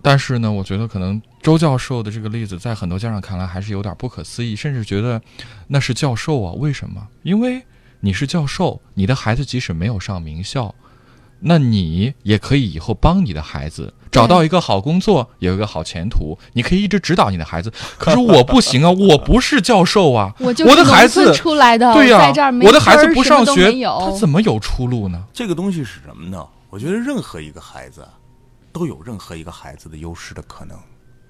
[SPEAKER 1] 但是呢，我觉得可能周教授的这个例子，在很多家长看来还是有点不可思议，甚至觉得那是教授啊？为什么？因为你是教授，你的孩子即使没有上名校，那你也可以以后帮你的孩子找到一个好工作，有一个好前途，你可以一直指导你的孩子。可是我不行啊，我不是教授啊，
[SPEAKER 2] 我
[SPEAKER 1] 我
[SPEAKER 2] 就是
[SPEAKER 1] 的孩
[SPEAKER 2] 农
[SPEAKER 1] 子
[SPEAKER 2] 村出来的
[SPEAKER 1] 对呀、
[SPEAKER 2] 在这儿没
[SPEAKER 1] 我的孩
[SPEAKER 2] 分
[SPEAKER 1] 子
[SPEAKER 2] 儿
[SPEAKER 1] 不
[SPEAKER 2] 什么
[SPEAKER 1] 上
[SPEAKER 2] 都
[SPEAKER 1] 学
[SPEAKER 2] 没，有
[SPEAKER 1] 他怎么有出路呢？
[SPEAKER 3] 这个东西是什么呢？我觉得任何一个孩子都有任何一个孩子的优势的可能，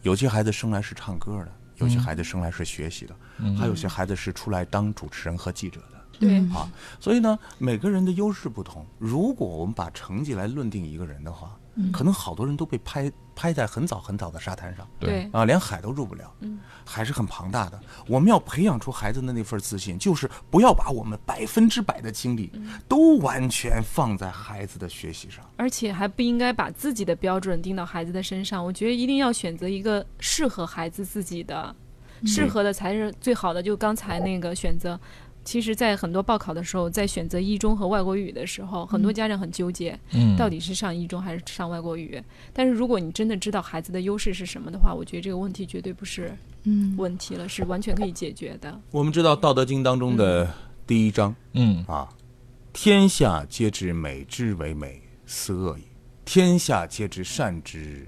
[SPEAKER 3] 有些孩子生来是唱歌的，有些
[SPEAKER 10] 嗯
[SPEAKER 3] 孩子生来是学习的，
[SPEAKER 10] 嗯
[SPEAKER 3] 还有些孩子是出来当主持人和记者的。
[SPEAKER 10] 对
[SPEAKER 3] 啊，所以呢，每个人的优势不同。如果我们把成绩来论定一个人的话，
[SPEAKER 10] 嗯
[SPEAKER 3] 可能好多人都被拍拍在很早很早的沙滩上，
[SPEAKER 10] 对
[SPEAKER 3] 啊，连海都入不了。
[SPEAKER 10] 嗯
[SPEAKER 3] 还是很庞大的。我们要培养出孩子的那份自信，就是不要把我们百分之百的精力
[SPEAKER 10] 嗯
[SPEAKER 3] 都完全放在孩子的学习上。
[SPEAKER 4] 而且还不应该把自己的标准定到孩子的身上。我觉得一定要选择一个适合孩子自己的，
[SPEAKER 13] 嗯
[SPEAKER 4] 适合的才是最好的。就刚才那个选择，其实，在很多报考的时候，在选择一中和外国语的时候，很多家长很纠结，
[SPEAKER 13] 嗯
[SPEAKER 4] 到底是上一中还是上外国语。但是，如果你真的知道孩子的优势是什么的话，我觉得这个问题绝对不是
[SPEAKER 2] 嗯
[SPEAKER 4] 问题了，是完全可以解决的。
[SPEAKER 3] 我们知道《道德经》当中的第一章，
[SPEAKER 1] 嗯
[SPEAKER 3] 啊，天下皆知美之为美，斯恶已；天下皆知善之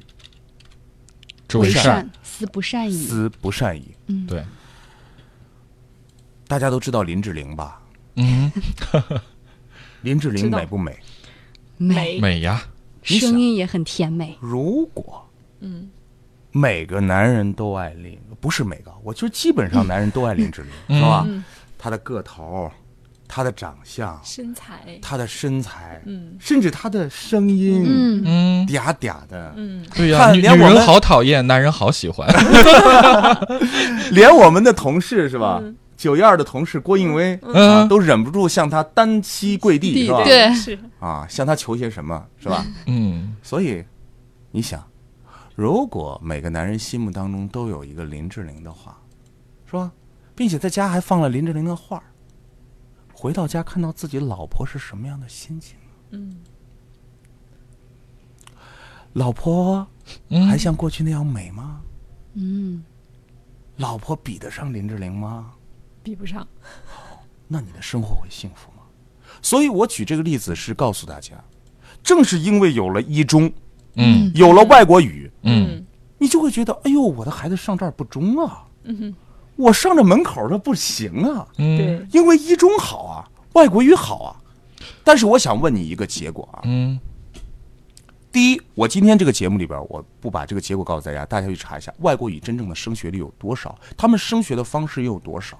[SPEAKER 2] 为
[SPEAKER 3] 嗯
[SPEAKER 2] 善，思不善已。
[SPEAKER 3] 斯不善已。
[SPEAKER 1] 啊
[SPEAKER 2] 嗯
[SPEAKER 1] 对，
[SPEAKER 3] 大家都知道林志玲吧？
[SPEAKER 1] 嗯，
[SPEAKER 3] 林志
[SPEAKER 2] 知
[SPEAKER 3] 玲
[SPEAKER 2] 道
[SPEAKER 3] 美不美？
[SPEAKER 2] 美
[SPEAKER 1] 美呀，
[SPEAKER 2] 声音也很甜美。
[SPEAKER 3] 如果
[SPEAKER 4] 嗯
[SPEAKER 3] 每个男人都爱林，不是每个，我就基本上男人都爱林志玲，
[SPEAKER 10] 嗯
[SPEAKER 3] 是吧
[SPEAKER 10] 嗯？
[SPEAKER 3] 她的个头，她的长相，
[SPEAKER 4] 身材，
[SPEAKER 3] 她的身材，
[SPEAKER 4] 嗯
[SPEAKER 3] 甚至她的声音，
[SPEAKER 4] 嗯
[SPEAKER 1] 嗯，
[SPEAKER 3] 嗲嗲的，
[SPEAKER 4] 嗯
[SPEAKER 1] 对呀、
[SPEAKER 3] 看
[SPEAKER 1] 女女
[SPEAKER 3] 连我
[SPEAKER 1] 人
[SPEAKER 3] 们
[SPEAKER 1] 好讨厌，男人好 喜欢。
[SPEAKER 3] 连我们的同事是吧？九一二的同事郭应威，
[SPEAKER 1] 嗯
[SPEAKER 3] 啊都忍不住向她单膝跪地，是吧？
[SPEAKER 10] 对是
[SPEAKER 3] 啊，向她求些什么，是吧？
[SPEAKER 1] 嗯，
[SPEAKER 3] 所以你想，如果每个男人心目当中都有一个林志玲的话，是吧？并且在家还放了林志玲的画儿回到家看到自己老婆是什么样的心情？
[SPEAKER 4] 嗯
[SPEAKER 3] 老婆
[SPEAKER 1] 嗯
[SPEAKER 3] 还像过去那样美吗？
[SPEAKER 2] 嗯，
[SPEAKER 3] 老婆比得上林志玲吗？
[SPEAKER 4] 比不上。
[SPEAKER 3] 那你的生活会幸福吗？所以我举这个例子是告诉大家，正是因为有了一中，
[SPEAKER 1] 嗯，
[SPEAKER 3] 有了外国语，
[SPEAKER 1] 嗯，
[SPEAKER 3] 你就会觉得，哎呦，我的孩子上这儿不中啊，
[SPEAKER 5] 嗯哼，
[SPEAKER 3] 我上这门口这不行啊，
[SPEAKER 1] 嗯
[SPEAKER 5] 对，
[SPEAKER 3] 因为一中好啊，外国语好啊。但是我想问你一个结果啊，
[SPEAKER 1] 嗯，
[SPEAKER 3] 第一，我今天这个节目里边，我不把这个结果告诉大家，大家去查一下外国语真正的升学率有多少，他们升学的方式又有多少，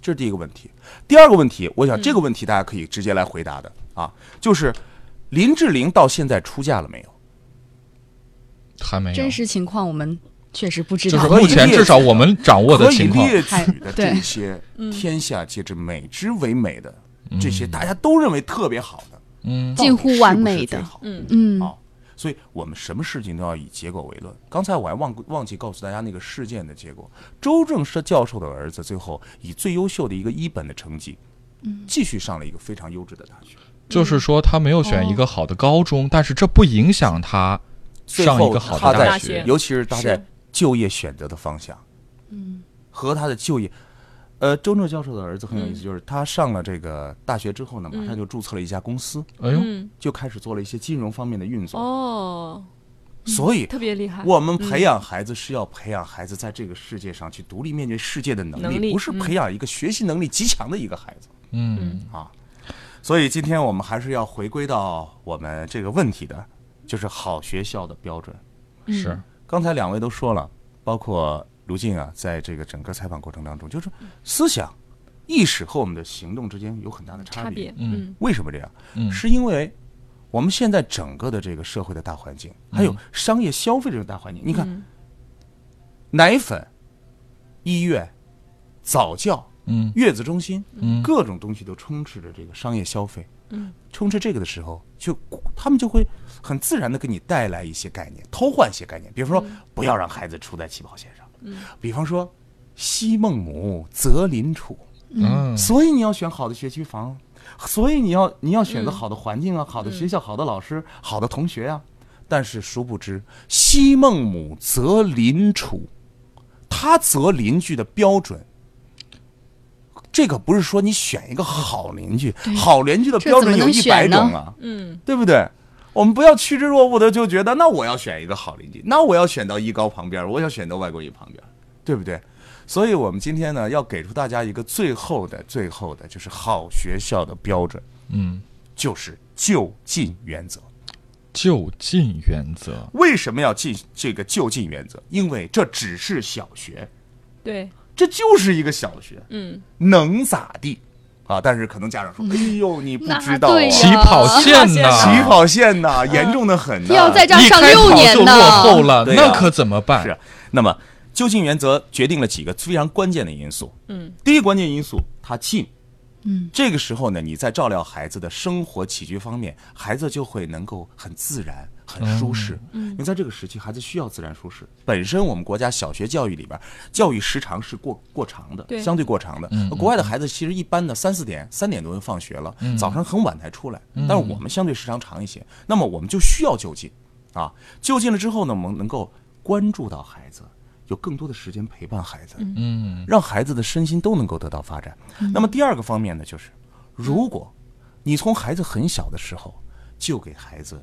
[SPEAKER 3] 这是第一个问题。第二个问题，我想这个问题大家可以直接来回答的、啊，就是林志玲到现在出嫁了没有？
[SPEAKER 1] 还没有，
[SPEAKER 2] 真实情况我们确实不知
[SPEAKER 1] 就
[SPEAKER 2] 道。
[SPEAKER 1] 是目前至少我们掌握的
[SPEAKER 3] 可以
[SPEAKER 1] 情况，
[SPEAKER 3] 列举的这
[SPEAKER 2] 对嗯
[SPEAKER 3] 些天下皆知美之为美的这些，大家都认为特别好的，
[SPEAKER 1] 嗯
[SPEAKER 2] 近乎完美
[SPEAKER 3] 到底是不是最
[SPEAKER 2] 的
[SPEAKER 3] 好，
[SPEAKER 5] 嗯
[SPEAKER 2] 嗯
[SPEAKER 3] 啊，所以我们什么事情都要以结果为论。刚才我还忘忘记告诉大家那个事件的结果，周正是教授的儿子最后以最优秀的一个一本的成绩，
[SPEAKER 2] 嗯
[SPEAKER 3] 继续上了一个非常优质的大学，
[SPEAKER 1] 就是说他没有选一个好的高中，但是这不影响他
[SPEAKER 3] 最
[SPEAKER 1] 上一
[SPEAKER 3] 后
[SPEAKER 1] 个好
[SPEAKER 3] 他
[SPEAKER 1] 的
[SPEAKER 3] 在
[SPEAKER 1] 大
[SPEAKER 5] 学
[SPEAKER 3] 尤其是他在
[SPEAKER 5] 是
[SPEAKER 3] 就业选择的方向
[SPEAKER 2] 嗯
[SPEAKER 3] 和他的就业。呃，周正教授的儿子很有意
[SPEAKER 5] 嗯
[SPEAKER 3] 思，就是他上了这个大学之后呢，马上就注册了一家公司，
[SPEAKER 1] 哎呦，
[SPEAKER 5] 嗯，
[SPEAKER 3] 就开始做了一些金融方面的运作。
[SPEAKER 5] 哦，
[SPEAKER 3] 所以
[SPEAKER 5] 特别嗯厉害。
[SPEAKER 3] 我们培养孩子是要培养孩子在这个世界上去独立面对世界的能力，
[SPEAKER 5] 能力
[SPEAKER 3] 不是
[SPEAKER 5] 嗯
[SPEAKER 3] 培养一个学习能力极强的一个孩子
[SPEAKER 1] 嗯，
[SPEAKER 3] 啊。所以今天我们还是要回归到我们这个问题的，就是好学校的标准。
[SPEAKER 5] 嗯
[SPEAKER 1] 是，
[SPEAKER 3] 刚才两位都说了，包括卢静啊，在这个整个采访过程当中，就是
[SPEAKER 5] 嗯
[SPEAKER 3] 思想、意识和我们的行动之间有很大的
[SPEAKER 5] 差别，
[SPEAKER 1] 嗯
[SPEAKER 5] 嗯
[SPEAKER 3] 为什么这样？
[SPEAKER 1] 嗯
[SPEAKER 3] 是因为我们现在整个的这个社会的大环境，还有商业消费这个大环境，你看，
[SPEAKER 5] 嗯
[SPEAKER 3] 奶粉、医院、早教、
[SPEAKER 1] 嗯
[SPEAKER 3] 月子中心，
[SPEAKER 1] 嗯
[SPEAKER 3] 各种东西都充斥着这个商业消费。充斥这个的时候，就他们就会很自然的给你带来一些概念，偷换一些概念。比方说，不要让孩子输在起跑线上。比方说，昔孟母，择邻处。
[SPEAKER 1] 嗯
[SPEAKER 3] 所以你要选好的学区房，所以你要你要选择好的环境啊，好的学校、好的老师、好的同学啊。但是殊不知，昔孟母择邻处，他择邻居的标准。这个不是说你选一个好邻居，好邻居的标准有一百种啊，
[SPEAKER 5] 嗯，
[SPEAKER 3] 对不对？我们不要趋之若鹜的就觉得，那我要选一个好邻居，那我要选到一高旁边，我要选到外国语旁边，对不对？所以我们今天呢，要给出大家一个最后的、最后的，就是好学校的标准，
[SPEAKER 1] 嗯，
[SPEAKER 3] 就是就近原则。
[SPEAKER 1] 就近原则，
[SPEAKER 3] 为什么要进这个就近原则？因为这只是小学，
[SPEAKER 5] 对，
[SPEAKER 3] 这就是一个小学，
[SPEAKER 5] 嗯，
[SPEAKER 3] 能咋地啊？但是可能家长说：“哎呦，你不知道、啊
[SPEAKER 2] 嗯那对呀嗯
[SPEAKER 1] 起跑线
[SPEAKER 5] 起
[SPEAKER 1] 呐，
[SPEAKER 5] 跑
[SPEAKER 3] 起跑线呐，严重的很呐。
[SPEAKER 2] 要在这儿
[SPEAKER 1] 一
[SPEAKER 2] 上
[SPEAKER 1] 开
[SPEAKER 2] 六
[SPEAKER 1] 跑
[SPEAKER 2] 年
[SPEAKER 1] 就
[SPEAKER 2] 呢
[SPEAKER 1] 落后了，
[SPEAKER 3] 对
[SPEAKER 1] 那
[SPEAKER 3] 呀
[SPEAKER 1] 可怎么办？
[SPEAKER 3] 是，啊那么就近原则决定了几个非常关键的因素。
[SPEAKER 5] 嗯，
[SPEAKER 3] 第一关键因素，它近。
[SPEAKER 2] 嗯，
[SPEAKER 3] 这个时候呢，你在照料孩子的生活起居方面，孩子就会能够很自然、很舒适。嗯，因为在这个时期，孩子需要自然舒适。本身我们国家小学教育里边，教育时长是过过长的，
[SPEAKER 5] 对
[SPEAKER 3] 相对过长的。嗯，国外的孩子其实一般的三四点、三点多就放学了，早上很晚才出来。但是我们相对时长长一些，那么我们就需要就近。啊，就近了之后呢，我们能够关注到孩子，有更多的时间陪伴孩子，
[SPEAKER 1] 嗯
[SPEAKER 3] 让孩子的身心都能够得到发展。那么第二个方面呢，就是如果你从孩子很小的时候就给孩子，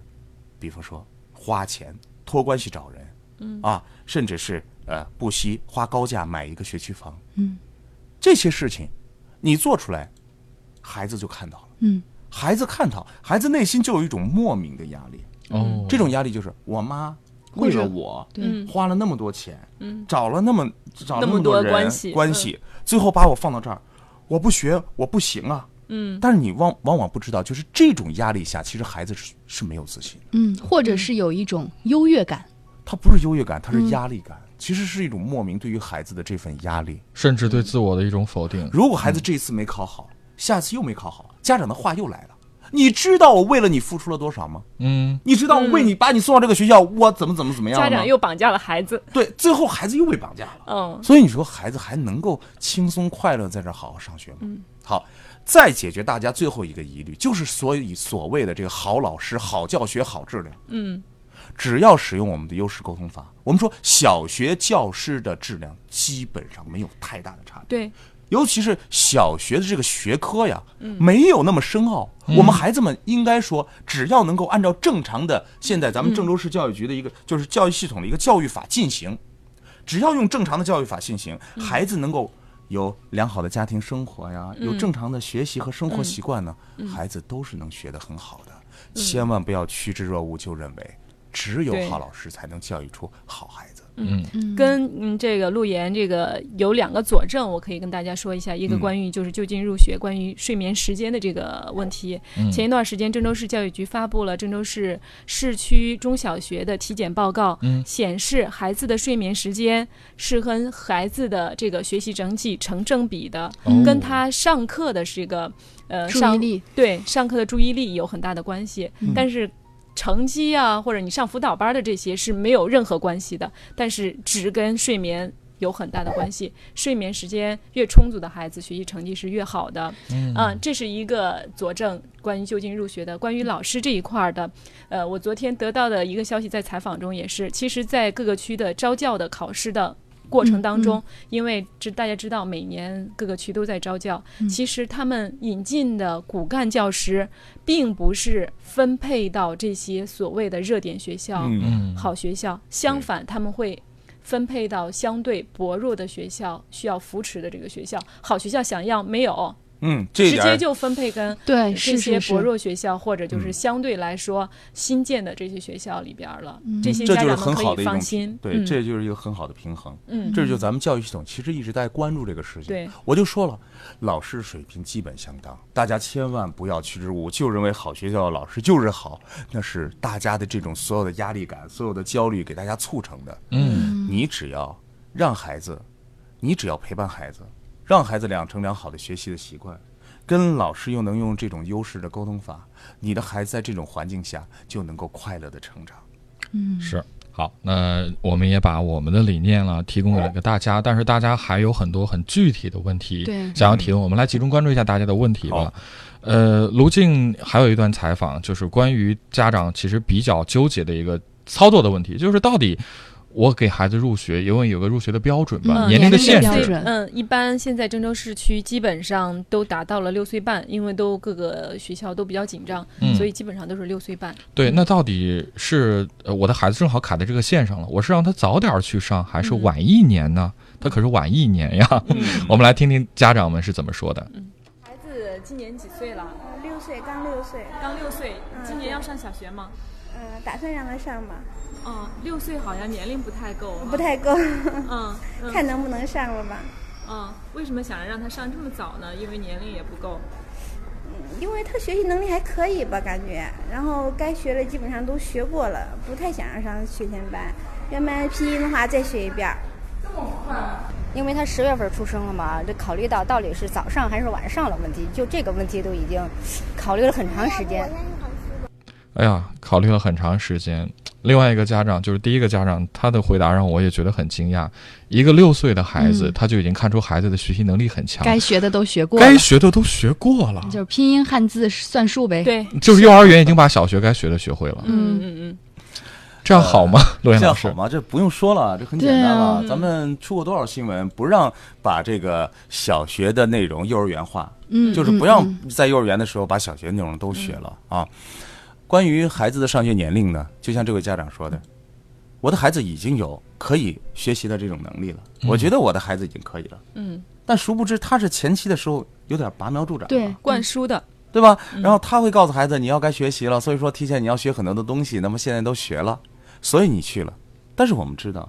[SPEAKER 3] 比方说花钱托关系找人，嗯啊，甚至是呃不惜花高价买一个学区房，
[SPEAKER 2] 嗯，
[SPEAKER 3] 这些事情你做出来，孩子就看到了，
[SPEAKER 2] 嗯，
[SPEAKER 3] 孩子看到，孩子内心就有一种莫名的压力，
[SPEAKER 1] 哦，
[SPEAKER 3] 这种压力就是我妈为了我，
[SPEAKER 5] 嗯
[SPEAKER 3] 花了那么多钱，
[SPEAKER 5] 嗯
[SPEAKER 3] 找了那么找了
[SPEAKER 5] 那么
[SPEAKER 3] 么
[SPEAKER 5] 多
[SPEAKER 3] 人
[SPEAKER 5] 关系
[SPEAKER 3] 关系，最后把我放到这儿，我不学我不行啊。
[SPEAKER 5] 嗯，
[SPEAKER 3] 但是你往往往不知道，就是这种压力下，其实孩子是是没有自信的，
[SPEAKER 2] 嗯，或者是有一种优越感，
[SPEAKER 3] 他不是优越感，他是压力感，其实是一种莫名对于孩子的这份压力。
[SPEAKER 1] 甚至对自我的一种否定。
[SPEAKER 3] 如果孩子这次没考好，下次又没考好，家长的话又来了。你知道我为了你付出了多少吗？
[SPEAKER 1] 嗯，
[SPEAKER 3] 你知道我为你把你送到这个学校，我怎么怎么怎么样了
[SPEAKER 5] 家
[SPEAKER 3] 吗？
[SPEAKER 5] 长又绑架了孩子，
[SPEAKER 3] 对，最后孩子又被绑架了。
[SPEAKER 5] 嗯，
[SPEAKER 3] 所以你说孩子还能够轻松快乐在这儿好好上学吗？
[SPEAKER 5] 嗯
[SPEAKER 3] 好，再解决大家最后一个疑虑，就是所以所谓的这个好老师、好教学、好质量，
[SPEAKER 5] 嗯，
[SPEAKER 3] 只要使用我们的优势沟通法，我们说小学教师的质量基本上没有太大的差别。
[SPEAKER 5] 对，
[SPEAKER 3] 尤其是小学的这个学科呀，没有那么深奥。我们孩子们应该说，只要能够按照正常的现在咱们郑州市教育局的一个就是教育系统的一个教育法进行，只要用正常的教育法进行，孩子能够有良好的家庭生活呀，有
[SPEAKER 13] 嗯
[SPEAKER 3] 正常的学习和生活
[SPEAKER 13] 嗯
[SPEAKER 3] 习惯呢
[SPEAKER 13] 嗯，
[SPEAKER 3] 孩子都是能学得很好的。
[SPEAKER 13] 嗯
[SPEAKER 3] 千万不要趋之若鹜，就认为只有
[SPEAKER 4] 对
[SPEAKER 3] 好老师才能教育出好孩子。
[SPEAKER 4] 嗯，跟嗯这个陆岩这个有两个佐证，我可以跟大家说一下，一个
[SPEAKER 3] 嗯
[SPEAKER 4] 关于就是就近入学，关于睡眠时间的这个问题。
[SPEAKER 14] 嗯
[SPEAKER 4] 前一段时间，郑州市教育局发布了郑州市市区中小学的体检报告，
[SPEAKER 14] 嗯
[SPEAKER 4] 显示孩子的睡眠时间是和孩子的这个学习成绩成正比的，
[SPEAKER 14] 哦
[SPEAKER 4] 跟他上课的这个
[SPEAKER 1] 嗯
[SPEAKER 4] 呃
[SPEAKER 2] 注意
[SPEAKER 4] 上
[SPEAKER 2] 力
[SPEAKER 4] 对上课的注意力有很大的关系，
[SPEAKER 2] 嗯
[SPEAKER 4] 但是。成绩啊，或者你上辅导班的这些是没有任何关系的，但是只跟睡眠有很大的关系。睡眠时间越充足的孩子，学习成绩是越好的。啊
[SPEAKER 14] 嗯
[SPEAKER 4] 这是一个佐证。关于就近入学的，关于老师这一块儿的，呃，我昨天得到的一个消息，在采访中也是，其实，在各个区的招教的考试的。过程当中，
[SPEAKER 14] 嗯嗯
[SPEAKER 4] 因为这大家知道，每年各个区都在招教，
[SPEAKER 14] 嗯
[SPEAKER 4] 其实他们引进的骨干教师，并不是分配到这些所谓的热点学校、
[SPEAKER 14] 嗯
[SPEAKER 4] 好学校，相反他们会。分配到相对薄弱的学校，需要扶持的这个学校，好学校想要没有，
[SPEAKER 3] 嗯，这一
[SPEAKER 4] 直
[SPEAKER 3] 点
[SPEAKER 4] 接
[SPEAKER 3] 儿
[SPEAKER 4] 就分配跟
[SPEAKER 2] 对
[SPEAKER 4] 呃这
[SPEAKER 2] 是
[SPEAKER 4] 些
[SPEAKER 2] 是是
[SPEAKER 4] 薄弱学校或者就是
[SPEAKER 3] 嗯
[SPEAKER 4] 相对来说新建的这些学校里边儿了，
[SPEAKER 3] 嗯
[SPEAKER 4] 这些
[SPEAKER 3] 这
[SPEAKER 4] 家
[SPEAKER 3] 就是
[SPEAKER 4] 长
[SPEAKER 3] 很
[SPEAKER 4] 们
[SPEAKER 3] 好
[SPEAKER 4] 可
[SPEAKER 3] 的
[SPEAKER 4] 以
[SPEAKER 3] 一种
[SPEAKER 4] 放
[SPEAKER 3] 平
[SPEAKER 4] 心。
[SPEAKER 3] 对，
[SPEAKER 4] 嗯
[SPEAKER 3] 这就是一个很好的平衡。
[SPEAKER 4] 嗯
[SPEAKER 3] 这就是咱们教育系统其实一直在关注这个事情。
[SPEAKER 4] 对
[SPEAKER 3] 我就说了，老师水平基本相当，大家千万不要趋之若鹜，就认为好学校的老师就是好，那是大家的这种所有的压力感、所有的焦虑给大家促成的。
[SPEAKER 1] 嗯，
[SPEAKER 3] 你只要让孩子，你只要陪伴孩子，让孩子养成良好的学习的习惯。跟老师又能用这种优势的沟通法，你的孩子在这种环境下就能够快乐的成长。
[SPEAKER 2] 嗯，
[SPEAKER 1] 是。好，那我们也把我们的理念了提供给了大家，但是大家还有很多很具体的问题
[SPEAKER 13] 对
[SPEAKER 1] 想要提问，我们来集中关注一下大家的问题吧。呃，卢静还有一段采访，就是关于家长其实比较纠结的一个操作的问题，就是到底我给孩子入学，因为有个入学的标准吧，
[SPEAKER 4] 嗯
[SPEAKER 1] 年龄的限制，
[SPEAKER 4] 嗯，一般现在郑州市区基本上都达到了六岁半，因为都各个学校都比较紧张，
[SPEAKER 1] 嗯
[SPEAKER 4] 所以基本上都是六岁半。
[SPEAKER 1] 对，那到底是呃我的孩子正好卡在这个线上了，我是让他早点儿去上，还是晚一年呢？他可是晚一年呀。 我们来听听家长们是怎么说的。
[SPEAKER 4] 孩子今年几岁了？
[SPEAKER 7] 六岁，刚六岁，
[SPEAKER 4] 刚六岁
[SPEAKER 7] 嗯，
[SPEAKER 4] 今年要上小学吗？
[SPEAKER 7] 嗯，打算让他上吧，
[SPEAKER 4] 哦，六岁好像年龄不太够啊，
[SPEAKER 7] 不太够
[SPEAKER 4] 嗯，嗯
[SPEAKER 7] 看能不能上了吧。
[SPEAKER 4] 嗯，为什么想让他上这么早呢？因为年龄也不够。
[SPEAKER 7] 因为他学习能力还可以吧，感觉，然后该学的基本上都学过了，不太想让上学前班。原班拼音的话，再学一遍儿。
[SPEAKER 11] 因为他十月份出生了嘛，这考虑到到底是早上还是晚上的问题，就这个问题都已经考虑了很长时间。
[SPEAKER 1] 哎呀，考虑了很长时间。另外一个家长就是第一个家长，他的回答让我也觉得很惊讶。一个六岁的孩子，
[SPEAKER 2] 嗯
[SPEAKER 1] 他就已经看出孩子的学习能力很强，
[SPEAKER 2] 该学的都学过了，
[SPEAKER 1] 该学的都学过了，
[SPEAKER 2] 就是拼音、汉字、算术呗。
[SPEAKER 4] 对，
[SPEAKER 1] 就是幼儿园已经把小学该学的学会了。
[SPEAKER 4] 嗯嗯
[SPEAKER 1] 这样好吗，罗岩
[SPEAKER 3] 这
[SPEAKER 1] 老
[SPEAKER 3] 样
[SPEAKER 1] 师
[SPEAKER 3] 好？吗？这不用说了，这很简单了。
[SPEAKER 4] 对啊
[SPEAKER 3] 咱们出过多少新闻，不让把这个小学的内容幼儿园化，
[SPEAKER 13] 嗯
[SPEAKER 3] 就是不让在幼儿园的时候把小学内容都学了、啊。关于孩子的上学年龄呢，就像这位家长说的，我的孩子已经有可以学习的这种能力了，我觉得我的孩子已经可以了。
[SPEAKER 4] 嗯，
[SPEAKER 3] 但殊不知他是前期的时候有点拔苗助长，
[SPEAKER 2] 对，
[SPEAKER 4] 灌输的。
[SPEAKER 3] 对吧？
[SPEAKER 13] 嗯
[SPEAKER 3] 然后他会告诉孩子你要该学习了，所以说提前你要学很多的东西，那么现在都学了，所以你去了。但是我们知道，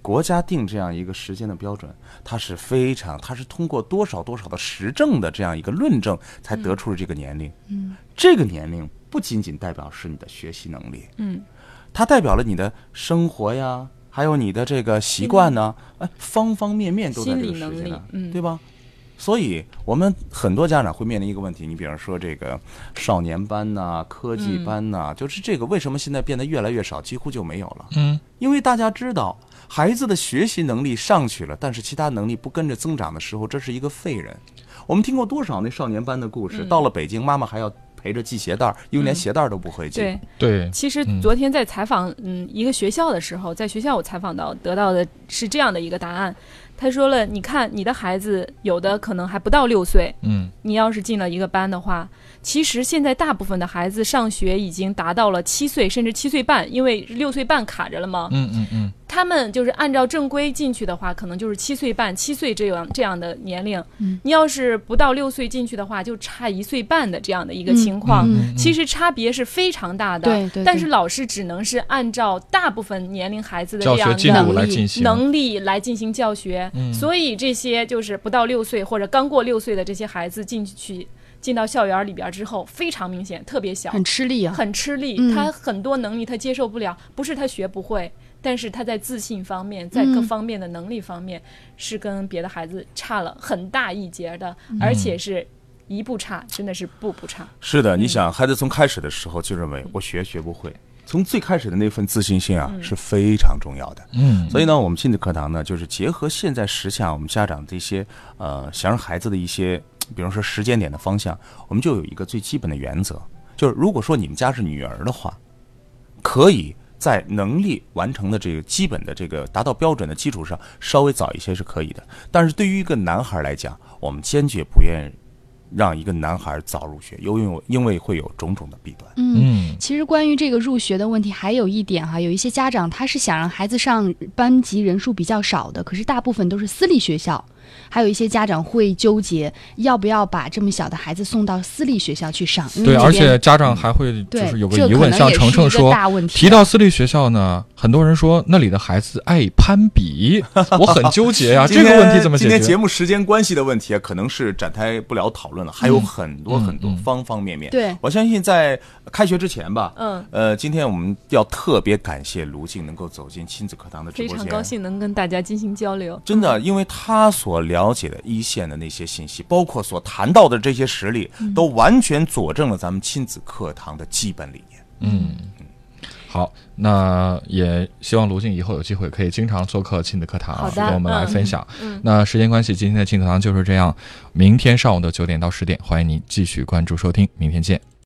[SPEAKER 3] 国家定这样一个时间的标准，它是非常，它是通过多少多少的实证的这样一个论证才得出了这个年龄。
[SPEAKER 13] 嗯
[SPEAKER 3] 这个年龄不仅仅代表是你的学习能力，
[SPEAKER 4] 嗯
[SPEAKER 3] 它代表了你的生活呀，还有你的这个习惯呢，哎，方方面面都在这个
[SPEAKER 4] 嗯心理能
[SPEAKER 3] 时
[SPEAKER 4] 力
[SPEAKER 3] 间呢，
[SPEAKER 4] 嗯
[SPEAKER 3] 对吧？所以我们很多家长会面临一个问题，你比方说这个少年班呐、科
[SPEAKER 4] 嗯
[SPEAKER 3] 技班呐、就是这个为什么现在变得越来越少，几乎就没有了？
[SPEAKER 1] 嗯，
[SPEAKER 3] 因为大家知道孩子的学习能力上去了，但是其他能力不跟着增长的时候，这是一个废人。我们听过多少那少年班的故事？
[SPEAKER 4] 嗯
[SPEAKER 3] 到了北京，妈妈还要陪着系鞋带儿，因为连
[SPEAKER 4] 嗯
[SPEAKER 3] 鞋带儿都不会系。
[SPEAKER 4] 对
[SPEAKER 1] 对
[SPEAKER 4] 其实
[SPEAKER 3] 嗯
[SPEAKER 4] 昨天在采访嗯一个学校的时候，在学校我采访到得到的是这样的一个答案，他说了，你看你的孩子有的可能还不到六岁，
[SPEAKER 1] 嗯，
[SPEAKER 4] 你要是进了一个班的话，其实现在大部分的孩子上学已经达到了七岁甚至七岁半，因为六岁半卡着了嘛，
[SPEAKER 1] 嗯嗯嗯，
[SPEAKER 4] 他们就是按照正规进去的话，可能就是七岁半、七岁这样这样的年龄。
[SPEAKER 2] 嗯
[SPEAKER 4] 你要是不到六岁进去的话，就差一岁半的这样的一个情况，
[SPEAKER 2] 嗯嗯嗯
[SPEAKER 4] 其实差别是非常大的。
[SPEAKER 2] 对对对
[SPEAKER 4] 但是老师只能是按照大部分年龄孩子的
[SPEAKER 1] 教
[SPEAKER 4] 这
[SPEAKER 1] 学
[SPEAKER 4] 样
[SPEAKER 1] 进
[SPEAKER 4] 的
[SPEAKER 1] 度来
[SPEAKER 4] 能力
[SPEAKER 1] 进行
[SPEAKER 4] 能力来进行教学。
[SPEAKER 1] 嗯
[SPEAKER 4] 所以这些就是不到六岁或者刚过六岁的这些孩子进去。进到校园里边之后，非常明显，特别小，
[SPEAKER 2] 很吃力啊
[SPEAKER 4] 很吃力。
[SPEAKER 2] 嗯
[SPEAKER 4] 他很多能力他接受不了，不是他学不会，但是他在自信方面，在各
[SPEAKER 2] 嗯
[SPEAKER 4] 方面的能力方面、是跟别的孩子差了很大一截的，
[SPEAKER 3] 嗯
[SPEAKER 4] 而且是一步差，真的是步步差。
[SPEAKER 3] 是的，你想，孩子从开始的时候就认为我学学不会，从最开始的那份自信心啊、是非常重要的。
[SPEAKER 1] 嗯
[SPEAKER 3] 所以呢，我们亲子课堂呢，就是结合现在时下我们家长的一些呃，想让孩子的一些，比如说时间点的方向，我们就有一个最基本的原则，就是如果说你们家是女儿的话，可以在能力完成的这个基本的这个达到标准的基础上，稍微早一些是可以的。但是对于一个男孩来讲，我们坚决不愿让一个男孩早入学，因为有因为会有种种的弊端。
[SPEAKER 2] 嗯，其实关于这个入学的问题，还有一点哈，有一些家长他是想让孩子上班级人数比较少的，可是大部分都是私立学校，还有一些家长会纠结要不要把这么小的孩子送到私立学校去上。因为
[SPEAKER 1] 对，
[SPEAKER 2] 这
[SPEAKER 1] 而
[SPEAKER 2] 边
[SPEAKER 1] 且家长还会就
[SPEAKER 2] 对
[SPEAKER 1] 是有个
[SPEAKER 2] 这
[SPEAKER 1] 疑
[SPEAKER 2] 可
[SPEAKER 1] 问，
[SPEAKER 2] 能
[SPEAKER 1] 像
[SPEAKER 2] 也
[SPEAKER 1] 程
[SPEAKER 2] 是
[SPEAKER 1] 程
[SPEAKER 2] 一个
[SPEAKER 1] 说
[SPEAKER 2] 大问，题
[SPEAKER 1] 提到私立学校呢，很多人说那里的孩子爱攀比，我很纠结 啊，
[SPEAKER 3] 今
[SPEAKER 1] 这
[SPEAKER 3] 天
[SPEAKER 1] 个问题怎么解
[SPEAKER 3] 今
[SPEAKER 1] 决？
[SPEAKER 3] 天节目时间关系的问题啊，可能是展开不了讨
[SPEAKER 1] 嗯
[SPEAKER 3] 论了，还有很多很多方方面面。
[SPEAKER 4] 对
[SPEAKER 3] 我相信在开学之前吧，
[SPEAKER 4] 嗯
[SPEAKER 3] 呃，今天我们要特别感谢卢静能够走进亲子课堂的直
[SPEAKER 4] 非
[SPEAKER 3] 播
[SPEAKER 4] 常
[SPEAKER 3] 间，
[SPEAKER 4] 高兴能跟大家进行交流。
[SPEAKER 3] 真的，因为他所了解的一线的那些信息，包括所谈到的这些实例，
[SPEAKER 4] 嗯
[SPEAKER 3] 都完全佐证了咱们亲子课堂的基本理念。
[SPEAKER 1] 嗯，好，那也希望卢静以后有机会可以经常做客亲子课堂啊，
[SPEAKER 4] 好的
[SPEAKER 1] 跟我们来
[SPEAKER 4] 嗯
[SPEAKER 1] 分享。
[SPEAKER 4] 嗯
[SPEAKER 1] 那时间关系，今天的亲子课堂就是这样。明天上午的九点到十点，欢迎您继续关注收听，明天见。